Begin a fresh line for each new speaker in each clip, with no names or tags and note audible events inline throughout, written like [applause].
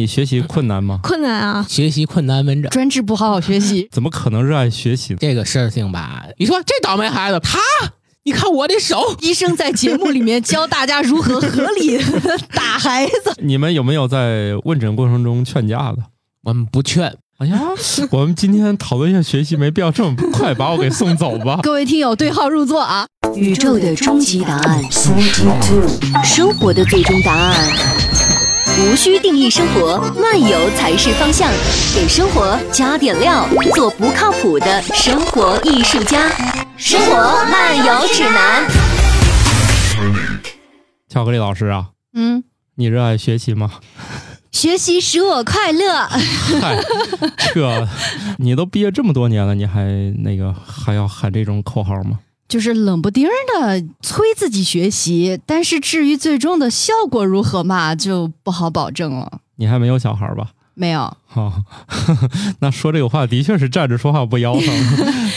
你学习困难吗？，
困难啊，
学习困难门诊
专治不好好学习
怎么可能热爱学习呢？
这个事情吧，你说这倒霉孩子，他，你看我这手，
[laughs] 医生在节目里面教大家如何合理 [laughs] 的打孩子。。
你们有没有在问诊过程中劝架的？
我们不劝，
哎呀， [laughs] 我们今天讨论一下学习，没必要这么快把我给送走吧 [laughs]
各位听友对号入座啊！
宇宙的终极答案，生活的最
[laughs]
终答案。无需定义生活，漫游才是方向。给生活加点料，做不靠谱的生活艺术家。生活漫游指南。
巧克力老师啊，
嗯，
你热爱学习吗？
学习使我快乐，
嗨， [laughs] 这你都毕业这么多年了，你还那个还要喊这种口号吗？
就是冷不丁的催自己学习，但是至于最终的效果如何嘛，就不好保证了。
你还没有小孩儿吧？
没有，
哈、 [laughs] 那说这个话的确是站着说话不腰 [laughs] 疼，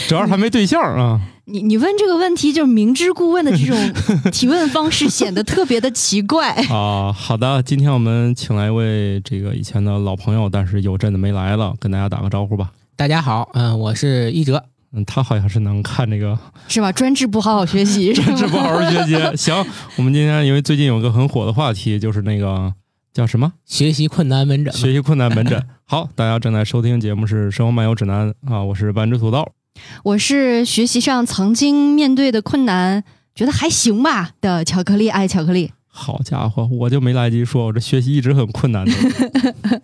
主要是还没对象啊。
你你问这个问题，就是明知故问的这种提问方式，显得特别的奇怪。
[laughs] 啊，好的，今天我们请来一位这个以前的老朋友，但是有阵子没来了，跟大家打个招呼吧。
大家好，嗯，我是一哲，
嗯，他好像是能看这
[laughs]
个
是吧？专治不好好学习，是吧
这不好好学
[laughs]
习。行，我们今天因为最近有个很火的话题，就是那个叫
[laughs]
什么
学习困难门诊嘛，
学习困难门诊。好，大家正在收听节目是《生活漫游指南》啊，我是半只土豆。
我是学习上曾经面对的困难，觉得还行吧的巧克力爱巧克力，
好家伙，我就没来及说，我这学习一直很困难的。
[laughs]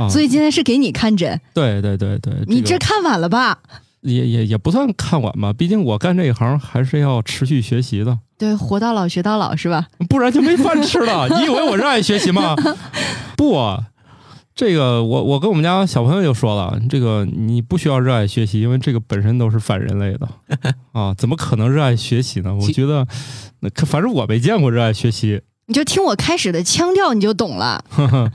哦
啊，
所以今天是给你看诊。
对对对对，
你
这
这
个
看晚了吧？
也也也不算看晚吧，毕竟我干这一行还是要持续学习的。
对，活到老学到老是吧？
不然就没饭吃
[laughs]
了。你以为我热爱学习吗？不啊，这个我我跟我们家小朋友就说了，这个你不需要热爱学习，因为这个本身都是反人类
[laughs]
的啊，怎么可能热爱学习呢？我
其
觉得，那可反正我没见过热爱学习。 [laughs]
你就听我开始的腔调，你就懂了。
呵呵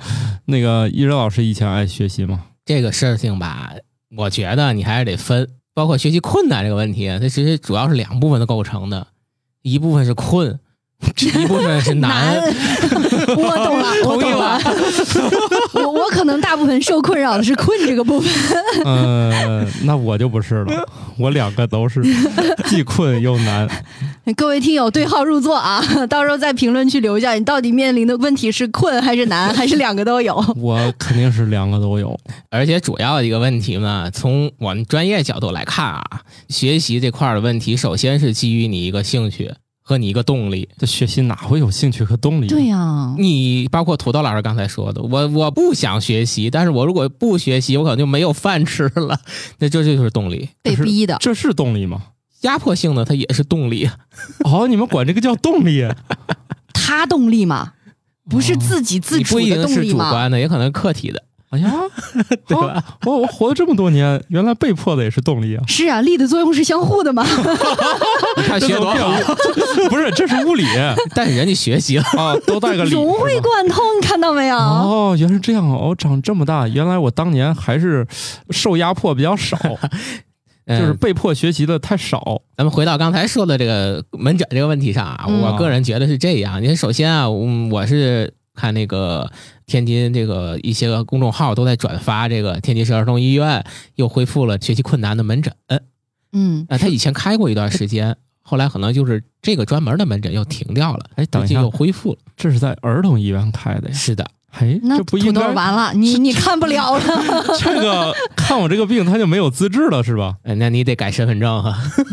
那个一人老师以前爱学习吗？
这个事情吧，我觉得你还是得分，包括学习困难这个问题，啊它其实主要是两部分的构成的，一部分是困，一部分是
[laughs]
[laughs] 难。
我懂了，我
同意
懂了。
[laughs]
我我可能大部分受困扰的是困这个部分。
呃，那我就不是了，我两个都
[laughs]
是既困又难。
各位听友对号入座啊，到时候在评论区留下你到底面临的问题是困还是难，还是两个都有。
我肯定是两个都有。
而且主要的一个问题呢，从我们专业角度来看啊，学习这块儿的问题，首先是基于你一个兴趣和你一个动力。
这学习哪会有兴趣和动力？
对呀、
你包括土豆老师刚才说的，我我不想学习，但是我如果不学习，我可能就没有饭吃了，那这就是动力，
被逼的。
这是动力吗？
压迫性的它也是动力。啊
[laughs] 哦，你们管这个叫动力？啊
[laughs]
他动力嘛，不是自己自
哦你
主
不一
的
定
动
是
力
主
嘛？
观的，也可能客体的。
哎呀， [laughs] 对吧？
哦
我我活了这么多年，原来被迫的也是动力啊！
是啊，力的作用是相互的嘛。
你看学多好，
[laughs] 不是，这是物
[laughs]
理啊，
但是人家学
[laughs]
习了，
都带个理。
融会啊
是吧
贯通，看到没有？
哦，原来是这样哦！长这么大，原来我当年还是受压迫比较少，
嗯
就是被迫学习的太少。
咱们回到刚才说的这个门诊这个问题上啊，
嗯
我个人觉得是这样。你看，首先啊，嗯我是看那个天津这个一些个公众号都在转发这个天津市儿童医院又恢复了学习困难的门诊啊、
嗯，
他以前开过一段时间，后来可能就是这个专门的门诊又停掉了，
哎，等一
最近
下
又，恢复了。 [laughs]
这是在儿童医院开的呀？
是的，
哎，
那
这不
土
应
豆
该
完了，你你看不了
[laughs]
了。
这
[laughs]
个看我这个病，他就没有资质了是吧？
呃那你得改身份证啊哈、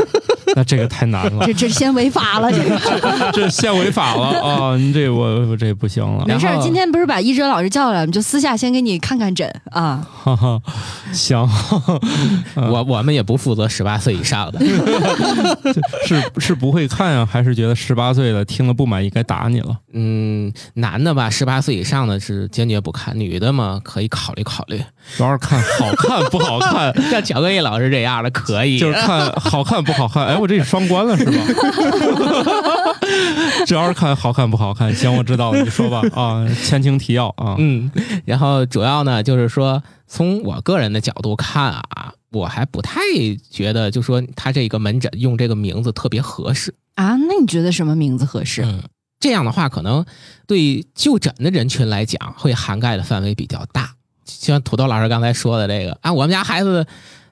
那这个太难了，
这这先违法了，这个
这现违法了啊！你这我我这不行了。
没事
[laughs] 然
儿。
后
今天不是把一哲老师叫来，我们就私下先给你看看诊啊。
哈哈，行，嗯
我我们也不负责十八岁以上的。 [laughs]
[laughs] 是是不会看啊，还是觉得十八岁了听了不满意该打你了？
嗯，男的吧，十八岁以上的是坚决不看，女的嘛可以考虑考虑。
主要是看好看不好 [laughs] 看，
像巧克力老师这样的可以，
呃就是看好看不好看。哎，我这是双关了是吧？ [laughs] 主要是看好看不好看。行，我知道了，你说吧啊，前情提要啊，
嗯，然后主要呢就是说，从我个人的角度看啊，我还不太觉得，就说他这个门诊用这个名字特别合适。
啊，那你觉得什么名字合适？
嗯，这样的话，可能对就诊的人群来讲，会涵盖的范围比较大。就像土豆老师刚才说的这个啊，我们家孩子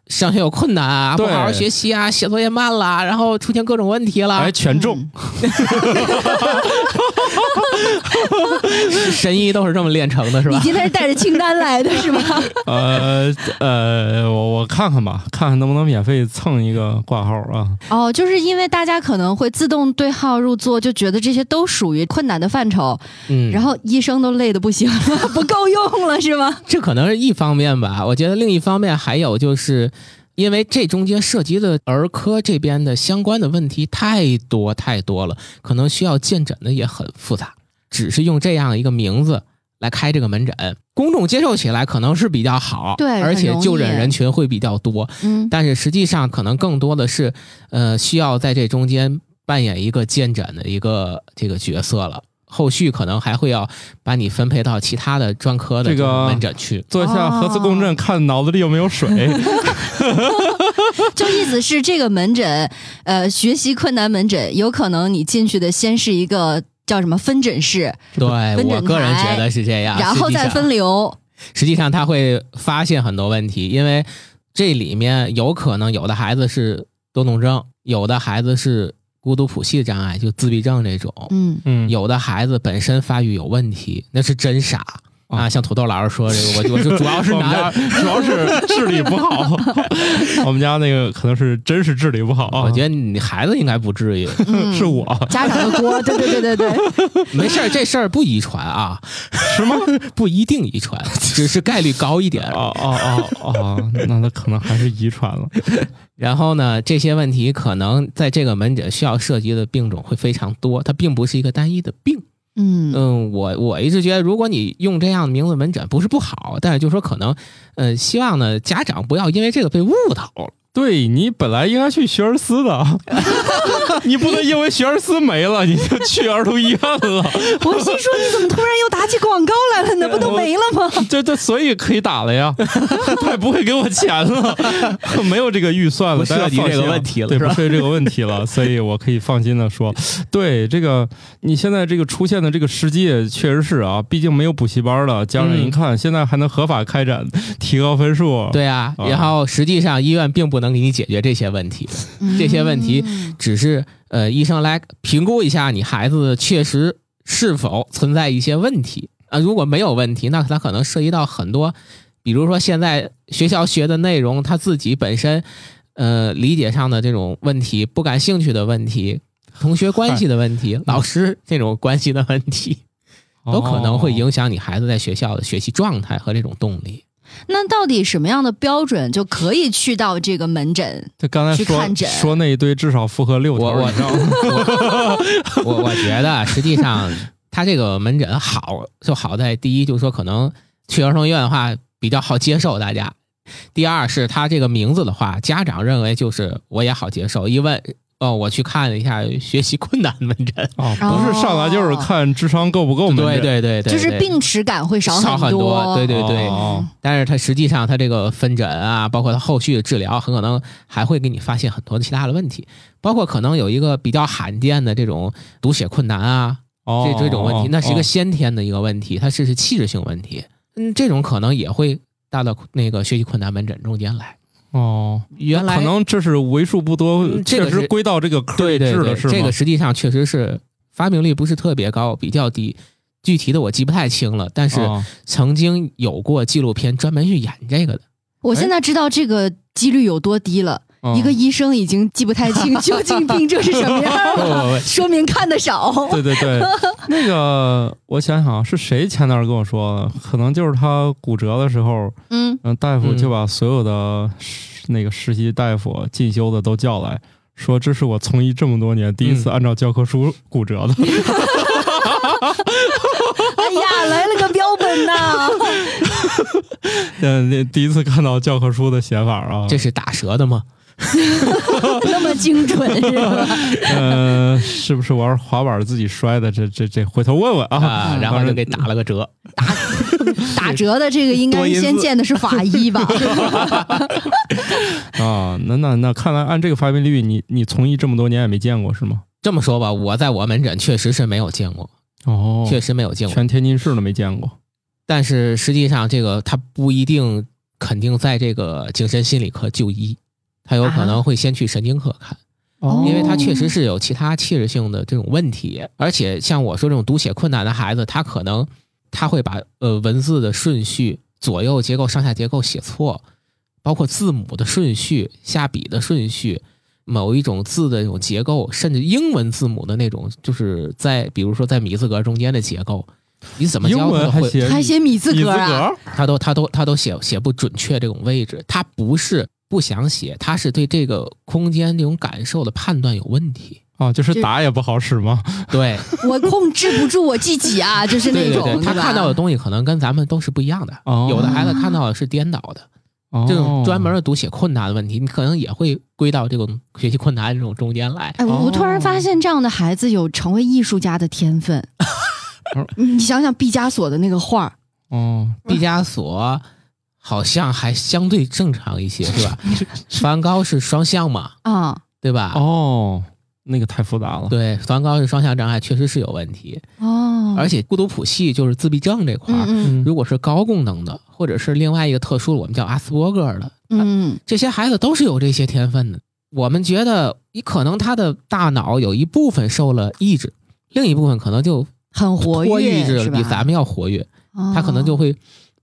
上学有困难啊，不
对
好好学习啊，写作业慢了，然后出现各种问题了
哎，，权重，
神医都是这么练成的，是
你
吧？
今天是带着清单来的是吗？
呃呃，我我看看吧，看看能不能免费蹭一个挂号啊。
[laughs] 哦，就是因为大家可能会自动对号入座，就觉得这些都属于困难的范畴，
嗯，
然后医生都累得不行了， [laughs] 不够用了是吗？
这可能是一方面吧，我觉得另一方面还有就是，因为这中间涉及的儿科这边的相关的问题太多太多了，可能需要见诊的也很复杂，只是用这样一个名字。来开这个门诊，公众接受起来可能是比较好，
对
而
很
且
容易
就诊人群会比较多，
嗯，
但是实际上可能更多的是，呃，需要在这中间扮演一个监诊的一个这个角色了。后续可能还会要把你分配到其他的专科的
这个
种门诊去。
做一下核磁共振，看脑子里有没有水。 [laughs]
就意思是这个门诊，呃，学习困难门诊，有可能你进去的先是一个叫什么分诊室，
[laughs]
对
分
我
诊
个人觉
台
得是这样，
然后
实际
再
上
分流。
实际上他会发现很多问题，因为这里面有可能有的孩子是多动症，有的孩子是孤独谱系障碍，就自闭症这种，
嗯，
嗯，
有的孩子本身发育有问题，那是真傻。啊，
啊
像土豆老师说这个，我我 [laughs] 就主要
[laughs]
是
我们
拿
家主要是智力不
[laughs]
好，我们家那个可能是真是智力不好啊。
我觉得你孩子应该不至于，
嗯
[laughs] 是我
家长的 [laughs] 锅，对对对对对，
没事儿，这事儿不遗传啊，
是吗？
[laughs] 不一定
[laughs]
遗传，只是概率高一点。
哦哦哦哦，那他可能还是遗传了。
然后呢，这些问题可能在这个门诊需要涉及的病种会非常多，它并不是一个单一的病。
嗯
嗯，我我一直觉得，如果你用这样的名字门诊不是不好，但是就说可能，呃，希望呢家长不要因为这个被误导了。
对你本来应该去学而思的， [laughs] 你不能因为学而思没了，你就去儿童医院了。
我心说你怎么突然又打起广告来了呢？不都没了吗？
[laughs] 这这所以可以打了呀，他也不会给我钱了，没有这个预算了，
不涉及
大家放心啊
这个问题了
对，
是
不
吧
涉及这个问题了，所以我可以放心的说，对这个你现在这个出现的这个世界确实是啊，毕竟没有补习班了，家长一看、现在还能合法开展，提高分数，
嗯对啊，
啊
然后实际上医院并不能给你解决这些问题，这些问题只是呃医生来评估一下你孩子确实是否存在一些问题啊、如果没有问题，那他可能涉及到很多，比如说现在学校学的内容，他自己本身呃理解上的这种问题，不感兴趣的问题。同学关系的问题，老师这种关系的问题，
哦
都可能会。影响你孩子在学校的学习状态和这种动力。
那到底什么样的标准就可以去到这个门诊？
他刚才
去
说
看诊
说那一堆至少符合六条
我我
以上，
[laughs] 我我觉得实际上他这个门诊好就好在第一就是说可能去儿童医院的话比较好接受大家，第二是他这个名字的话，家长认为就是我也好接受，一问哦我去看了一下学习困难门诊，
啊，不是上来
哦
就是看智商够不够 [laughs] 门
对
诊，
对对对，
就是
对
病耻感会少
少很
多。
对对对。
哦
但是他实际上，他这个分诊啊，包括他后续的治疗，很可能还会给你发现很多其他的问题，包括可能有一个比较罕见的这种读写困难啊，
哦
这这种问题，那是一个
哦
先天的一个问题，它是是器质性问题。嗯，这种可能也会带到那个学习困难门诊中间来。
哦，
原来
可能这是为数不多，呃
嗯这个
确
是
实归到这个科
对
里
对
治
对
的是，吗？
这个实际上确实是发病率不是特别高，比较低。具体的我记不太清了，但是 [laughs]
啊
曾经有过纪录片专门去演这个的。
我现在知道这个几率有多低了，一个
嗯
医生已经记不太 [laughs] 清究竟病症是什么
[laughs]
样了，说明看的少。
哦对对
[laughs]
对，那个我想想啊是谁前段儿跟我说的？可能就是他骨折的时候，
嗯，
嗯，大夫
嗯
就把所有的实那个实习大夫进修的都叫来，说这是我从医这么多年第一
嗯
次按照教科书骨折的。
[laughs]
哎呀，来了个标本呐！
嗯，那第一次看到教科书的写法啊，
这是打折的吗？
那么精准是吧？
呃，是不是玩滑板自己摔的？这这这，回头问问啊。
啊，然后就给打了个折。
打折的这个应该
多因
是
子
先见的是法医
[laughs]
吧？
啊，那那那，看来按这个发病率，你你从医这么多年也没见过是吗？
这么说吧，我在我门诊确实是没有见过，
哦，
确实没有见过。
全天津市都没见过。
但是实际上，这个他不一定肯定在这个精神心理科就医，他有可能会先去神经科看，
哦
因为他确实是有其他器质性的这种问题。而且像我说这种读写困难的孩子，他可能他会把呃文字的顺序、左右结构、上下结构写错，包括字母的顺序、下笔的顺序。某一种字的这种结构，甚至英文字母的那种，就是在比如说在米字格中间的结构，你怎么
英
教他
文还
会
写
还写米字
米字
格啊？
格，
他都他都他都写写不准确这种位置，他不是不想写，他是对这个空间这种感受的判断有问题。
啊，就是
这
打也不好使吗？
[laughs]
对
我控制不住我自己啊，就是那
对对
种
对，他
对吧
看到的东西可能跟咱们都是不一样的，
哦
有的孩子看到的是颠倒的。这种专门的读写困难的问题，你可能也会归到这种学习困难这种中间来。
哎，我我突然发
哦
现这样的孩子有成为艺术家的天
[laughs]
分
哦。
你想想毕加索的那个画儿，
哦，
嗯
毕加索好像还相对正常一些，
[laughs]
是吧？梵高是双向嘛，
啊
对吧？
哦，那个太复杂了。
对，梵高是双向障碍，确实是有问题。
哦，
而且孤独谱系就是自闭症这块儿，
嗯
嗯
如果是高功能的，或者是另外一个特殊的，我们叫阿斯伯格尔的，
嗯
这些孩子都是有这些天分的。我们觉得，你可能他的大脑有一部分受了抑制，另一部分可能就
很活
脱抑
跃
制
是
了，
吧？哦
比咱们要活跃。他可能就会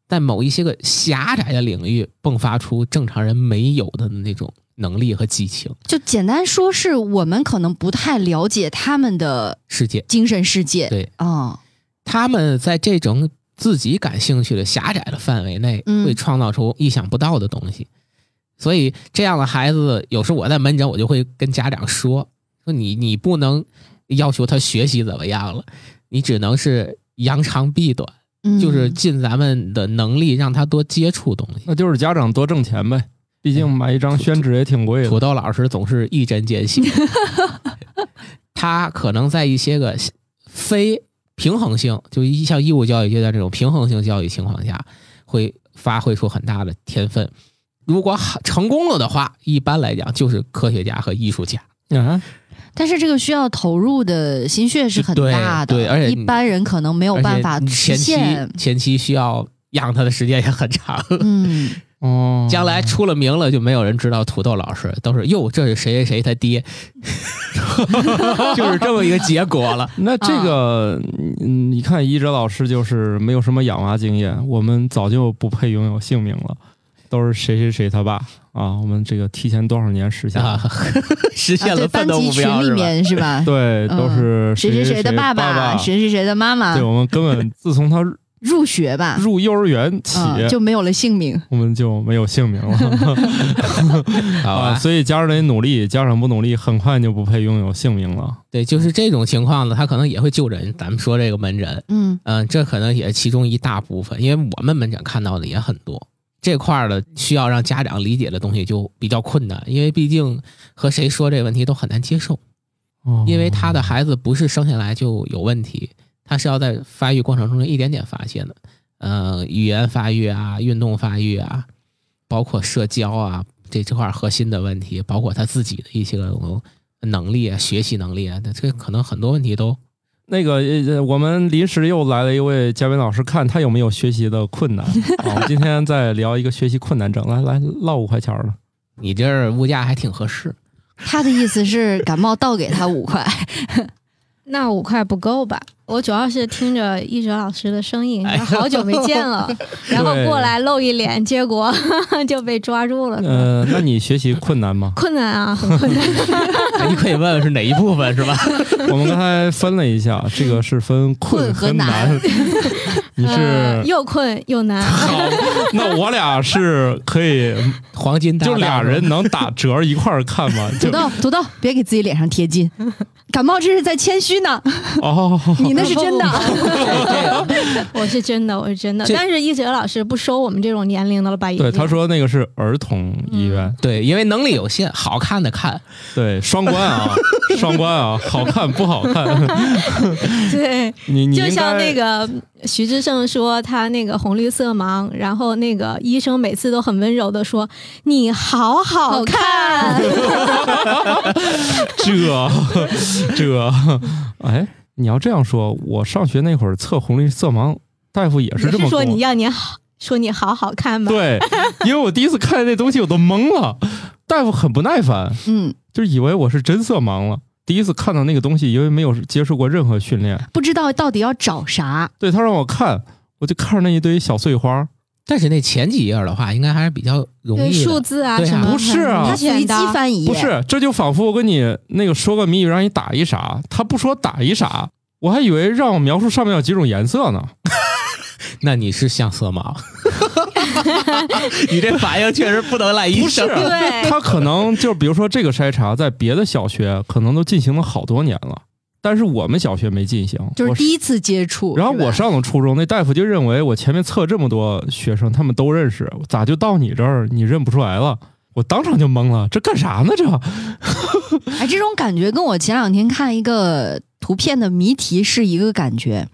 在某一些个狭窄的领域迸发出正常人没有的那种能力和激情。
就简单说，是我们可能不太了解他们的
世界，
精神世界。
对
哦，
他们在这种自己感兴趣的狭窄的范围内，
嗯
会创造出意想不到的东西。所以这样的孩子，有时候我在门诊，我就会跟家长说：“说你你不能要求他学习怎么样了，你只能是扬长避短，
嗯，
就是尽咱们的能力让他多接触东西。
那就是家长多挣钱呗，毕竟买一张宣纸也挺贵
土
的。
豆老师总是一针见血，他可能在一些个非平衡性，就一像义务教育阶段这种平衡性教育情况下，会发挥出很大的天分。如果好成功了的话，一般来讲就是科学家和艺术家。
啊，
但是这个需要投入的心血是很
对
大的，
对而且
一般人可能没有办法
而且
实
前期
现。
[laughs] 前期需要养他的时间也很长， [laughs]
嗯，
哦，
将来出了名了就没有人知道土豆老师，都是哟这是谁谁谁他爹， [laughs] 就是这么一个结果了。
那这
啊
个，嗯，你看一哲老师就是没有什么养娃经验，我们早就不配拥有姓名了，都是谁谁谁他爸啊，我们这个提前多少年实现的
[laughs] 啊，实
啊，
现
对，
了奋
班
斗
级
目
群
标
里
是吧？
面是吧？
对，都是
嗯谁
谁
谁的
爸
爸，谁谁谁的妈妈
对，我们根本自从他
入学吧，
入幼儿园起，
嗯，就没有了姓名。
我们就没有姓名
[laughs]
了
好
啊，
吧，
所以家长得努力，家长不努力，很快就不配拥有姓名了。
对，就是这种情况呢，他可能也会就诊。咱们说这个门诊，
嗯
嗯，这可能也是其中一大部分，因为我们门诊看到的也很多。这块儿的需要让家长理解的东西就比较困难，因为毕竟和谁说这个问题都很难接受，
哦
因为他的孩子不是生下来就有问题，他是要在发育过程中一点点发现的，嗯，语言发育啊，运动发育啊，包括社交啊这这块儿核心的问题，包括他自己的一些个能力啊、学习能力啊，那这个可能很多问题都
那个，呃我们临时又来了一位嘉宾老师，看他有没有学习的困难。啊，我们今天再聊一个学习困难症，来来唠五块钱儿了。
你这儿物价还挺合适。 [laughs]
他的意思是感冒倒给他五块，
那五块不够吧？我主要是听着一哲老师的声音，
哎
好久没见了，然后过来露一脸，结果 [laughs] 就被抓住了。？
呃，那你学习困难吗
[laughs] 困难啊，很困难。
哎你可以问问是哪一部分是吧？
我们刚才分了一下，这个是分困
困和
和难。 [laughs] 你 [laughs]
呃、
是
又困又难。
好， [laughs] 那我俩是可以，
[laughs] 黄金搭档
就俩人能打折一块儿看吗？就
土豆土豆，别给自己脸上贴金， [laughs] 感冒这是在谦虚
[laughs]
呢，
哦，
你那是真的。
[laughs]
哦
我是真的，我是真的。
这
但是一哲老师不收我们这种年龄的了吧？已经
对，他说那个是儿童医院，
对，因为能力有限，好看的看，
对，双关啊，双关啊，好看不好看？
[laughs] 对，
你你
就
应
像
该
那个徐志胜说他那个红绿色盲，然后那个医生每次都很温柔的说：“你好好看。
这这，哎，你要这样说，我上学那会儿测红绿色盲，大夫也
你
是这么
说
跟我 [laughs]
你让你好，说你好好看吧。
对，因为我第一次看见那东西我都懵了，大夫很不耐烦，
[laughs] 嗯，
就是以为我是真色盲了。第一次看到那个东西，因为没有接受过任何训练，
不知道到底要找啥。
对他让我看，我就看着那一堆小碎花，
但是那前几页的话，应该还是比较容
对
易
数
的。
字啊
对啊
什么
不是啊
很
它
明
随
显
机
的
翻译，
不是，这就仿佛我跟你那个说个谜语，让你打一傻，他不说打一傻，我还以为让我描述上面有几种颜色呢。
那你是像色盲， [laughs] 你这反应确实不能赖医
不是
生。
对啊
[laughs] 他可能就比如说这个筛查，在别的小学可能都进行了好多年了，但是我们小学没进行，
就是
我
第一次接触。
然后
是吧
我上了初中，那大夫就认为我前面测这么多学生，他们都认识，咋就到你这儿你认不出来了？我当场就懵了，这干啥
[laughs]
呢？这
哎，这种感觉跟我前两天看一个图片的谜题是一个感觉。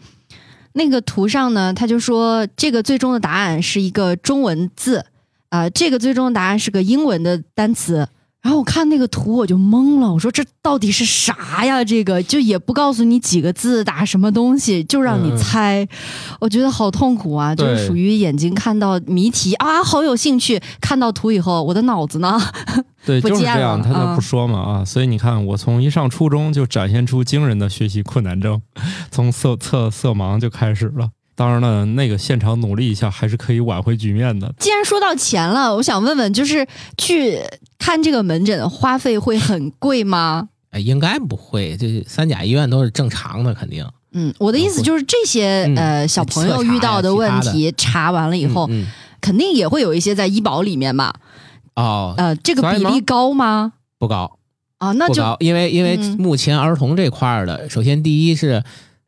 那个图上呢，他就说这个最终的答案是一个中文字，啊、这个最终的答案是个英文的单词。然后我看那个图我就懵了，我说这到底是啥呀？这个就也不告诉你几个字打什么东西，就让你
嗯
猜，我觉得好痛苦啊！就
对
是属于眼睛看到谜题啊，好有兴趣，看到图以后，我的脑子呢？
对，
不
就是
见
这样，
了
他就
嗯
不说嘛啊。所以你看，我从一上初中就展现出惊人的学习困难症， [laughs] 从色测色盲就开始了。当然了，那个现场努力一下还是可以挽回局面的。
既然说到钱了，我想问问，就是去看这个门诊花费会很贵吗？
哎，应该不会，这三甲医院都是正常的，肯定。
嗯，我的意思就是这些、
嗯
呃小朋友遇到问题，查完了以后，
嗯嗯
肯定也会有一些在医保里面吧？
嗯
哦，
呃，这个
所以
比
呢
例高吗？
不高，
啊，那
不
就
高，因为因为
嗯
目前儿童这块儿的，首先第一是，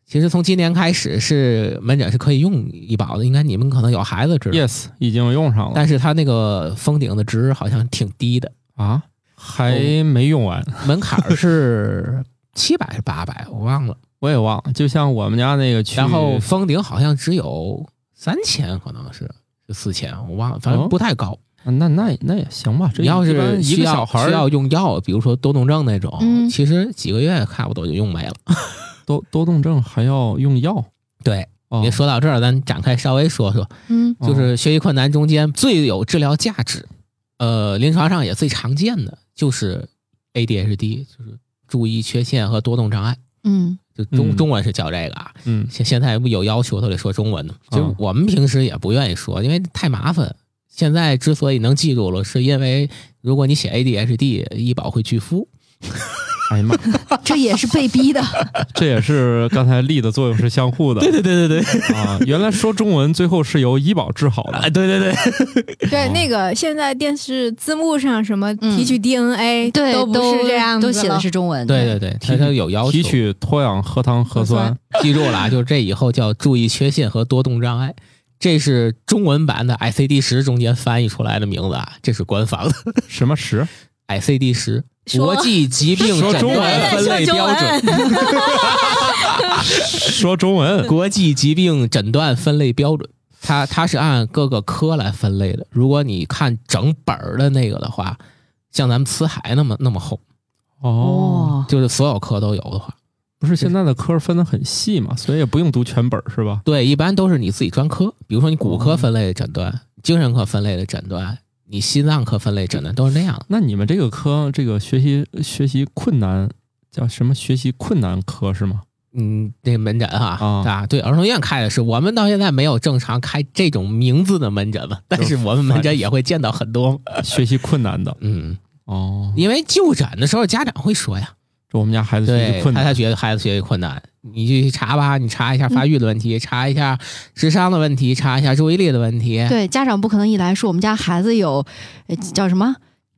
其实从今年开始是门诊是可以用医保的，应该你们可能有孩子知道
Yes，已经用上了
但是它那个封顶的值好像挺低的，
啊，
哦
还没用完，
门槛儿是七百是八百，我忘了，
我也忘了。就像我们家那个去，
然后封顶好像只有三千，可能是是四千，我忘了，反
哦
正不太高。
啊那那那也行吧。这
你要
一般
是
一
需
个
要
小孩儿
需要用药，比如说多动症那种，
嗯
其实几个月差不多就用没了。
多多动症还要用药，
对，
哦
你说到这儿，咱展开稍微说说。
嗯
哦
就是学习困难中间最有治疗价值，呃，临床上也最常见的就是 ADHD，就是注意缺陷和多动障碍，
嗯
就中、
嗯
中文是叫这个啊。
嗯
现现在不有要求都得说中文呢，
啊
就是我们平时也不愿意说，因为太麻烦。现在之所以能记住了，是因为如果你写 ADHD，医保会拒付。
哎呀妈，
[laughs] 这也是被逼的。
这也是刚才力的作用是相
[laughs]
互的。对对对 [laughs] 对对啊！原来说中文最后是由医保治好的，
对对对，
对， [laughs] 那个现在电视字幕上什么提取 DNA
[laughs] 对，
嗯都
都
不是这样子
都写的
了
是中文。
[laughs] 对对对，它它有要求。
提取脱氧核糖核酸。
记住了啊，就是这以后叫注意缺陷和多动障碍。这是中文版的 ICD 十中间翻译出来的名字啊，这是官方的
什么十？
ICD 十
说
国际疾病
说
诊
中
断
文
分类标
[laughs] 对
准。
说中文
[laughs] 国际疾病诊断分类标准，它它是按各个科来分类的。如果你看整本儿的那个的话，像咱们辞海那么那么厚，
哦，
哦，
就是所有科都有的话，
不是现在的科分得很细嘛，所以也不用读全本儿是吧？
对，一般都是你自己专科，比如说你骨科分类的诊断、精神科分类的诊断、你心脏科分类诊断都是那样的。
那你们这个科这个学习学习困难叫什么？学习困难科是吗？ [laughs]
嗯，这个门诊哈、
啊
啊，对，儿童医院开的是，我们到现在没有正常开这种名字的门诊嘛，但
就是是
我们门
反
诊也会见到很多，
学习困难的
嗯，
哦，
因为就诊的时候家长会说呀，
这我们家孩子学习
对，
困
他
难
才觉得孩子学习困难，你就去查吧，你查一下
嗯
发育的问题，查一下智商的问题，查一下注意力的问题，
对，家长不可能一来说我们家孩子有呃叫什么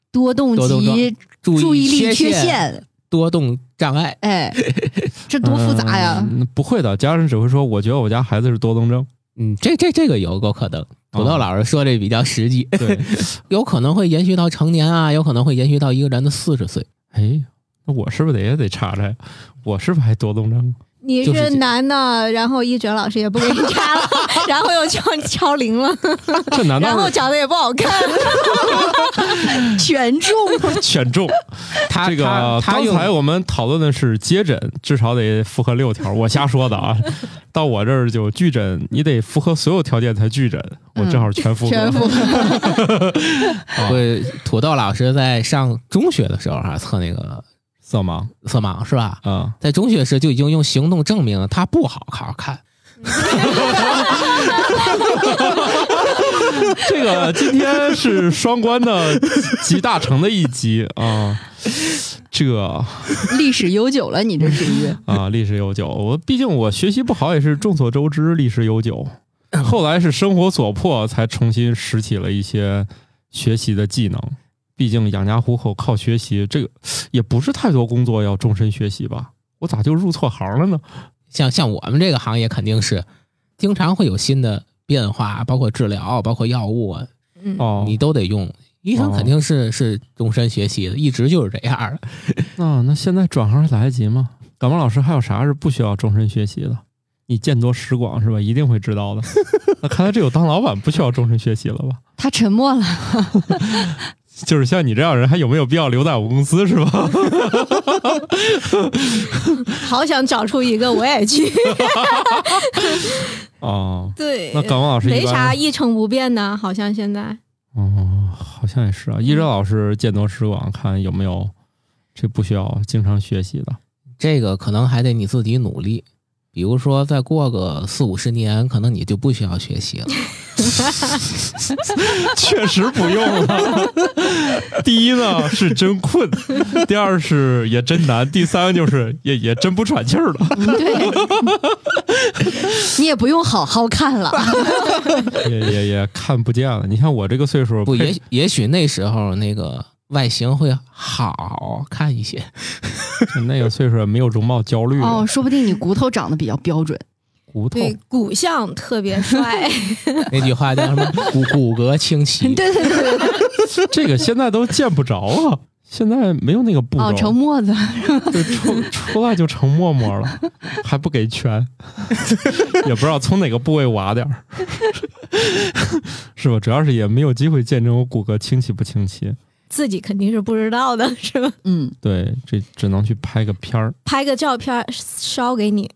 多动
多动症
及
注
注意力缺
陷、
陷，
多动障碍，
哎，这多复杂呀！
嗯不会的，家长只会说，我觉得我家孩子是多动症。
嗯，这这这个有有可能，土
哦
豆老师说这比较实际， [laughs]
对，
有可能会延续到成年啊，有可能会延续到一个人的四十岁。
哎，那我是不是得也得查查呀？我是不是还多动症？
你
就是
是
这
男的，然后一哲老师也不给你扎 [laughs] 了，然后又敲敲铃了，
这难
然
道
后长得也不 [laughs] 好看，
全中。
是选中？
他
这个
他他
刚
用
才我们讨论的是接诊，至少得符合六条，我瞎说的啊。到我这儿就拒诊，你得符合所有条件才拒诊，我正好全符合。
全部
哦
对土豆老师在上中学的时候哈、测那个
色盲
色盲是吧？
啊，
在中学时就已经用行动证明了他不好好看。
[laughs] 这个今天是双关的集大成的一集啊。这个
历史悠久了，你这是
[laughs]
一个。
啊，历史悠久。我毕竟我学习不好也是众所周知，历史悠久。后来是生活所迫，才重新拾起了一些学习的技能。毕竟养家糊口靠学习，这个也不是太多工作要终身学习吧？我咋就入错行了呢？
像像我们这个行业肯定是经常会有新的变化，包括治疗，包括药物啊，
嗯
哦，
你都得用。医生
哦
肯定是、是终身学习的，一直就是这样的。
啊那那现在转行还来得及吗？感冒老师还有啥是不需要终身学习的？你见多识广是吧？一定会知道的。那看来只有当老板不需要终身学习了吧？
他沉默了， [laughs]
就是像你这样人，还有没有必要留在我们公司是吧？
好想找出一个我也去。
哦，
对
那感冒老师一
没
般
啥一成不变的，好像现在
哦，好像也
嗯
是啊。一哲老师见多识广，看有没有这不需要经常学习的。
这个可能还得你自己努力。比如说，再过个四五十年，可能你就不需要学习了。
确实不用了。第一呢是真困，第二是也真难，第三就是也也真不喘气儿了。
嗯对，你也不用好好看了。
[laughs] 也也也看不见了。你看我这个岁数，
不，
配 [laughs]
也也许那时候那个外形会好看一些。
那个岁数也没有容貌焦虑了
[laughs]
嗯
哦，说不定你骨头长得比较标准。
骨头
对骨相特
[laughs]
别帅，
那句话叫什么？骨骨骼清奇。
对对对对，
这个现在都见不着啊，现在没有那个步骤，
哦，成沫子，
就出出来就成沫沫了，还不给拳， [laughs] 也不知道从哪个部位挖点儿， [laughs] 是吧？主要是也没有机会见证我骨骼清奇不清奇，
自己肯定是不知道的，是吧？
[laughs] 嗯，
对，这只能去拍个片儿。
拍个照片烧给你，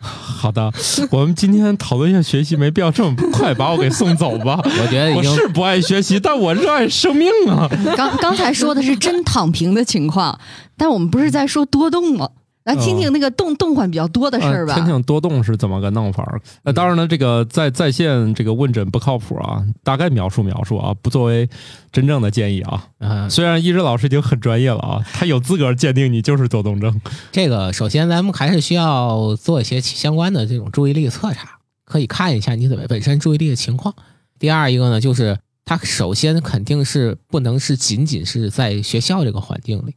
好的，我们今天讨论一下学习，没必要这么快把我给送走吧。
我觉得已
我
经
是不爱学习，但我热爱生命
[laughs]
啊！
刚刚才说的是真躺平的情况， [laughs] 但我们不是在说多动吗？来听听那个
嗯
动动缓比较多的事儿
呃
吧。嗯
听听多动是怎么个弄法儿？那当然了，这个在在线这个问诊不靠谱啊，大概描述描述啊，不作为真正的建议啊。
嗯，
虽然医治老师已经很专业了啊，他有资格鉴定你就是多动症。
这个首先咱们还是需要做一些相关的这种注意力测查，可以看一下你怎么本身注意力的情况。第二一个呢，就是它首先肯定是不能是仅仅是在学校这个环境里，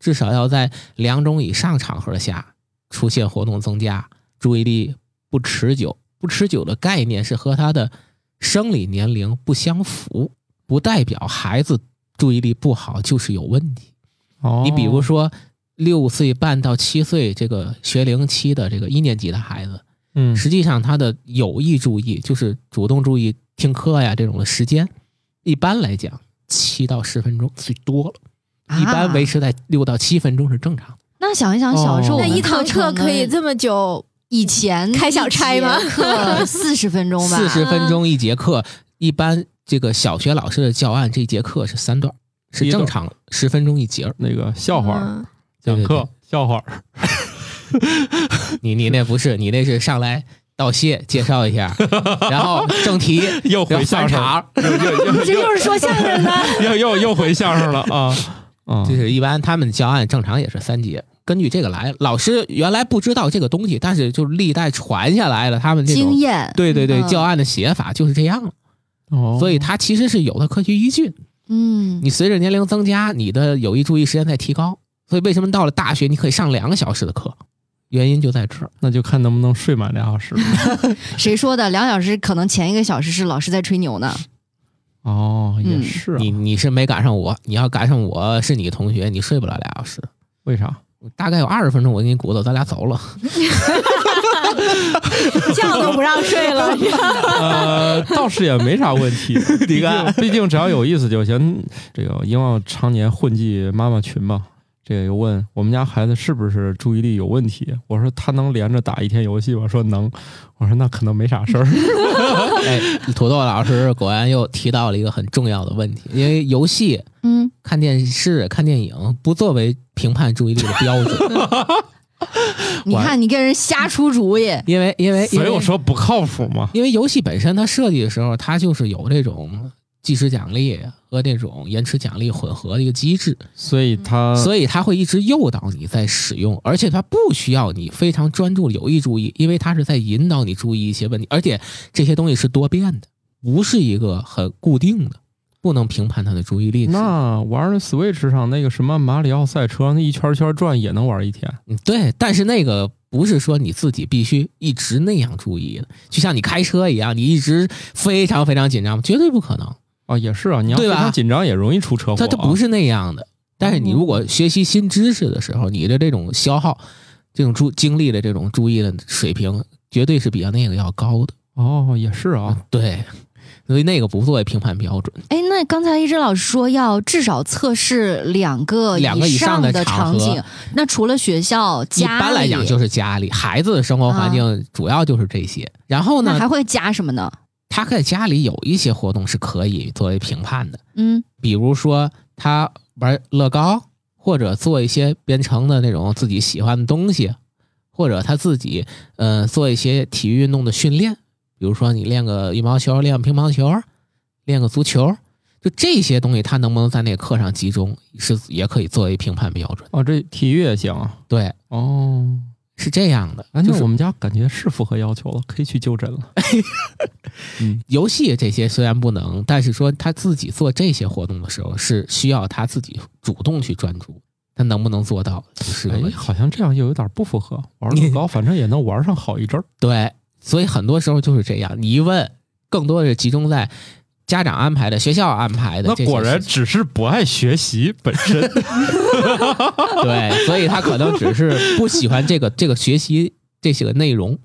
至少要在两种以上场合下出现活动增加，注意力不持久。不持久的概念是和他的生理年龄不相符，不代表孩子注意力不好就是有问题。
哦
你比如说六岁半到七岁这个学龄期的这个一年级的孩子，
嗯，
实际上他的有意注意就是主动注意听课呀这种的时间，一般来讲七到十分钟最多了，一般维
啊、
持在六到七分钟是正常的。
那想一想，小时候
哦
我
那
们
一堂
课
课可以
这
这么久，
以前
开小差吗
[laughs]
课四十分钟吧，
四十分钟一节课，一般这个小学老师的教案这节课是三段，是
一段
正常十分钟一节儿。
那个笑话儿
嗯
对
讲
对
课笑话儿，
你你那不是，你那是上来道谢介绍一下，
[laughs]
然后正题，
又
然
回
后
相
翻
声，
场。
[laughs] 又又又
这就是说相声的。 [laughs]
又又又回相声了 [laughs] 啊啊！
就是一般他们教案正常也是三节，根据这个来。老师原来不知道这个东西，但是就是历代传下来了，他们这
经
种
验，
对对对
嗯
教案的写法就是这样了，
哦
所以它其实是有它科学依据的。
嗯，
你随着年龄增加，你的有意注意时间在提高，所以为什么到了大学你可以上两个小时的课，原因就在这儿。
那就看能不能睡满俩 [laughs] 小时
谁说的？两小时可能前一个小时是老师在吹牛呢。
哦，也
嗯
是啊
你你是没赶上我，你要赶上我是你同学，你睡不了俩小时。
为啥？
大概有二十分钟，我给你鼓捣，咱俩走了。 [laughs]
觉都不让睡了。 [laughs]
呃，倒是也没啥问
[laughs]
题。
你看
毕竟，毕竟只要有意思就行。这个因为我常年混迹妈妈群嘛，这个又问我们家孩子是不是注意力有问题？我说他能连着打一天游戏吗？说能。我说那可能没啥
[laughs]
事儿。
哎，土豆老师果然又提到了一个很重要的问题，因为游戏、
嗯，
看电视、看电影不作为评判注意力的标准，
你
我
看你给人瞎出主意，
因为因为因
所以
为
我说不靠谱嘛。
因为游戏本身它设计的时候，它就是有这种计时奖励和这种延迟奖励混合的一个机制，
所以他
所以它会一直诱导你在使用，而且它不需要你非常专注有意注意，因为它是在引导你注意一些问题，而且这些东西是多变的，不是一个很固定的，不能评判它的注意力。
那玩儿 Switch 上那个什么马里奥赛车，那一圈儿圈儿转也能玩一天。
嗯对，但是那个不是说你自己必须一直那样注意的，就像你开车一样，你一直非常非常紧张，绝对不可能。
啊，也是啊，你要
对
非
吧
常紧张也容易出车祸、啊。
它它不是那样的。但是你如果学习新知识的时候，你的这种消耗、这种注精力的这种注意的水平，绝对是比较那个要高的
哦，也是啊，。
对，所以那个不作为评判标准。
哎，那刚才一只老师说要至少测试两个
两个以上的
的
场合
景，那除了学校、
一
家里，啊
般来讲就是家里孩子的生活环境主要就是这些。然后
那
呢
还，会加什么呢？
他在家里有一些活动是可以作为评判的，
嗯
比如说他玩乐高，或者做一些编程的那种自己喜欢的东西，或者他自己呃做一些体育运动的训练，比如说你练个羽毛球，练个乒乓球，练个足球，就这些东西，他能不能在那个课上集中，是也可以作为评判标准。
哦，这体育也行啊。
对，
哦，
是这样的，
哎，
就
那
是
我们家感觉是符合要求了，可以去就诊了。
游戏这些虽然不能，但是说他自己做这些活动的时候，是需要他自己主动去专注，他能不能做到是个
哎
问，题。
好像这样又有点不符合。玩乐高，反正也能玩上好一阵儿。
对，所以很多时候就是这样，你一问，更多的是集中在家长安排的、学校安排的
那
这些事情。
果然只是不爱学习本身。
[laughs] 对，所以他可能只是不喜欢这个这个学习这些个内容。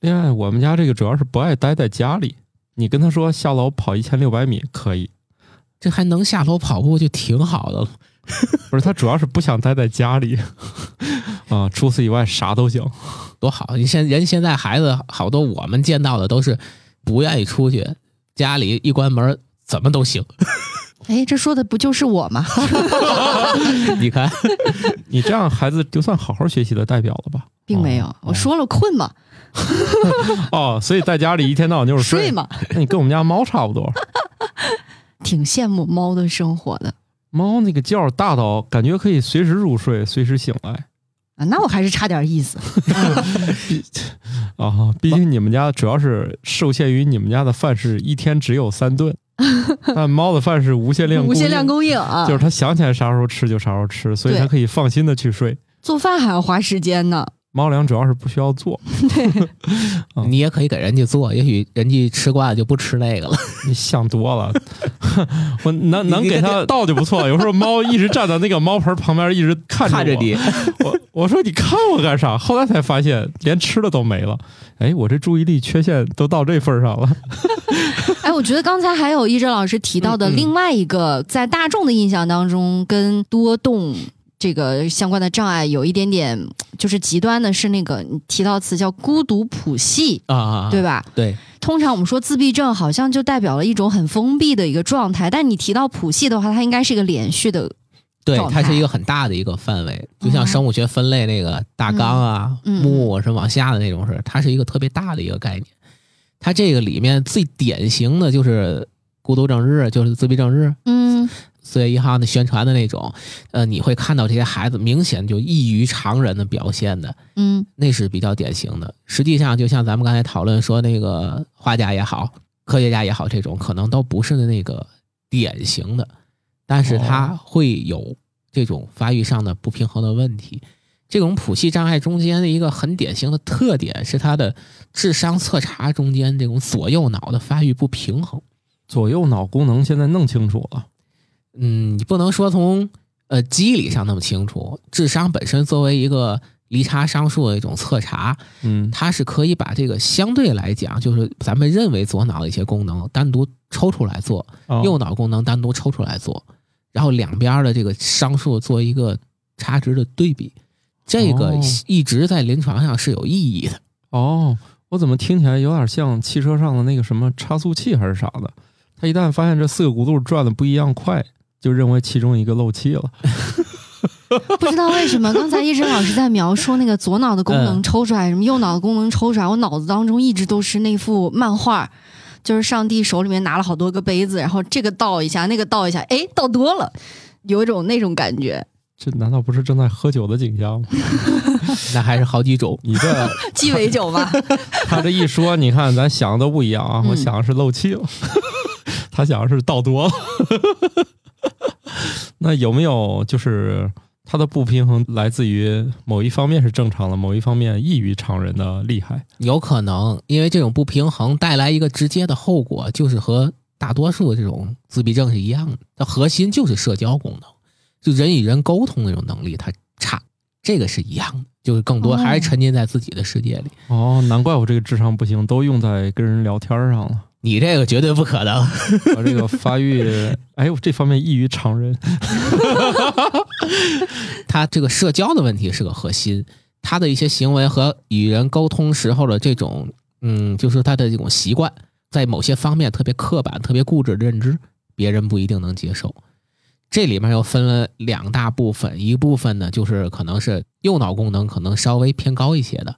另外，我们家这个主要是不爱待在家里。你跟他说下楼跑一千六百米可以，
这还能下楼跑步就挺好的了。
不是他主要是不想待在家里 [laughs] 啊。除此以外啥都行。
多好！你现人现在孩子好多，我们见到的都是不愿意出去，家里一关门怎么都行。 [laughs]
哎，这说的不就是我吗？ [laughs]
你看，
你这样孩子就算好好学习的代表了吧？
并没有，
哦
我说了困嘛，
哦，所以在家里一天到晚
哦
就是
睡
睡。
嘛，
那你跟我们家猫差不多，
挺羡慕猫的生活的
猫那个觉儿大到感觉可以随时入睡，随时醒来
啊。那我还是差点意思。
啊。毕竟你们家主要是受限于你们家的饭是一天只有三
[laughs]
顿，但猫的饭是无限量，
无限量，供应啊，
就是它想起来啥时候吃就啥时候吃，所以
对
它可以放心的去睡。
做饭还要花时间呢。
猫粮主要是不需要
[laughs]
做，嗯
你也可以给人家做，也许人家吃惯了就不吃那个了。
你想多了。 [laughs] 我能
你
能
你
给
看
它倒就不错了。有时候猫一直站在那个猫盆旁边，一直看着
看着
我
你，
我我说你看我干啥？后来才发现连吃的都没了。哎，我这注意力缺陷都到这份儿上了。
[laughs] 哎，我觉得刚才还有一哲老师提到的
嗯嗯
另外一个，在大众的印象当中，跟多动这个相关的障碍有一点点就是极端的，是那个你提到词叫孤独谱系，
[laughs] 啊，
对吧？
对，
通常我们说自闭症好像就代表了一种很封闭的一个状态，但你提到谱系的话，它应该是一个连续的。
对，
状态
它是一个很大的一个范围，就像生物学分类那个大纲啊、
嗯嗯
目啊什么往下的那种事儿，它是一个特别大的一个概念。它这个里面最典型的就是孤独症日，就是自闭症日，
嗯
四月一号那宣传的那种，呃，你会看到这些孩子明显就异于常人的表现的，
嗯
那是比较典型的。实际上，就像咱们刚才讨论说，那个画家也好，科学家也好，这种可能都不是那个典型的，但是他会有这种发育上的不平衡的问题。这种谱系障碍中间的一个很典型的特点是它的智商测查中间这种左右脑的发育不平衡。
左右脑功能现在弄清楚了，
嗯，你不能说从呃机理上那么清楚，智商本身作为一个离差商数的一种测查，
嗯
它是可以把这个相对来讲，就是咱们认为左脑的一些功能单独抽出来做，
哦
右脑功能单独抽出来做，然后两边的这个商数做一个差值的对比，这个
哦
一直在临床上是有意义的。
哦，我怎么听起来有点像汽车上的那个什么差速器还是啥的？他一旦发现这四个轱辘转的不一样快，就认为其中一个漏气了。
不知道为什么，刚才一直老师在描述那个左脑的功能
嗯
抽出来，什么右脑的功能抽出来，我脑子当中一直都是那幅漫画，就是上帝手里面拿了好多个杯子，然后这个倒一下，那个倒一下，哎，倒多了，有一种那种感觉，
这难道不是正在喝酒的景象吗？
那还是好几种。
你这
鸡尾酒吧。
他这一说，你看咱想的都不一样啊！
嗯
我想的是漏气了，他想的是倒多了。 [laughs] 那有没有就是他的不平衡来自于某一方面是正常的，某一方面异于常人的厉害？
有可能，因为这种不平衡带来一个直接的后果，就是和大多数这种自闭症是一样的，它核心就是社交功能，就人与人沟通那种能力它差，这个是一样的，就是更多
哦
还是沉浸在自己的世界里。
哦，难怪我这个智商不行，都用在跟人聊天上了。
你这个绝对不可能，
我这个发育，哎呦，这方面异于常人。
他这个社交的问题是个核心，他的一些行为和与人沟通时候的这种，嗯，就是他的这种习惯，在某些方面特别刻板、特别固执的认知，别人不一定能接受。这里面又分了两大部分，一部分呢就是可能是右脑功能可能稍微偏高一些的，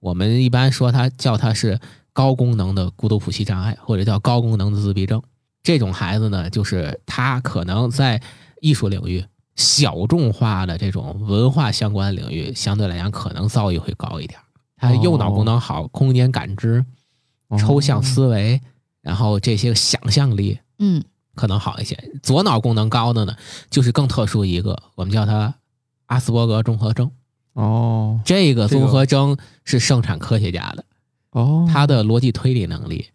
我们一般说它叫它是高功能的孤独谱系障碍，或者叫高功能的自闭症。这种孩子呢，就是他可能在艺术领域、小众化的这种文化相关的领域，相对来讲可能造诣会高一点。他右脑功能好，空间感知、 [laughs] 抽
哦
象思维，然后这些想象力
嗯，
可能好一些。左脑功能高的呢，就是更特殊一个，我们叫它阿斯伯格综合征。
哦
这个
这个
综合征是盛产科学家的，
哦，
他的逻辑推理能力、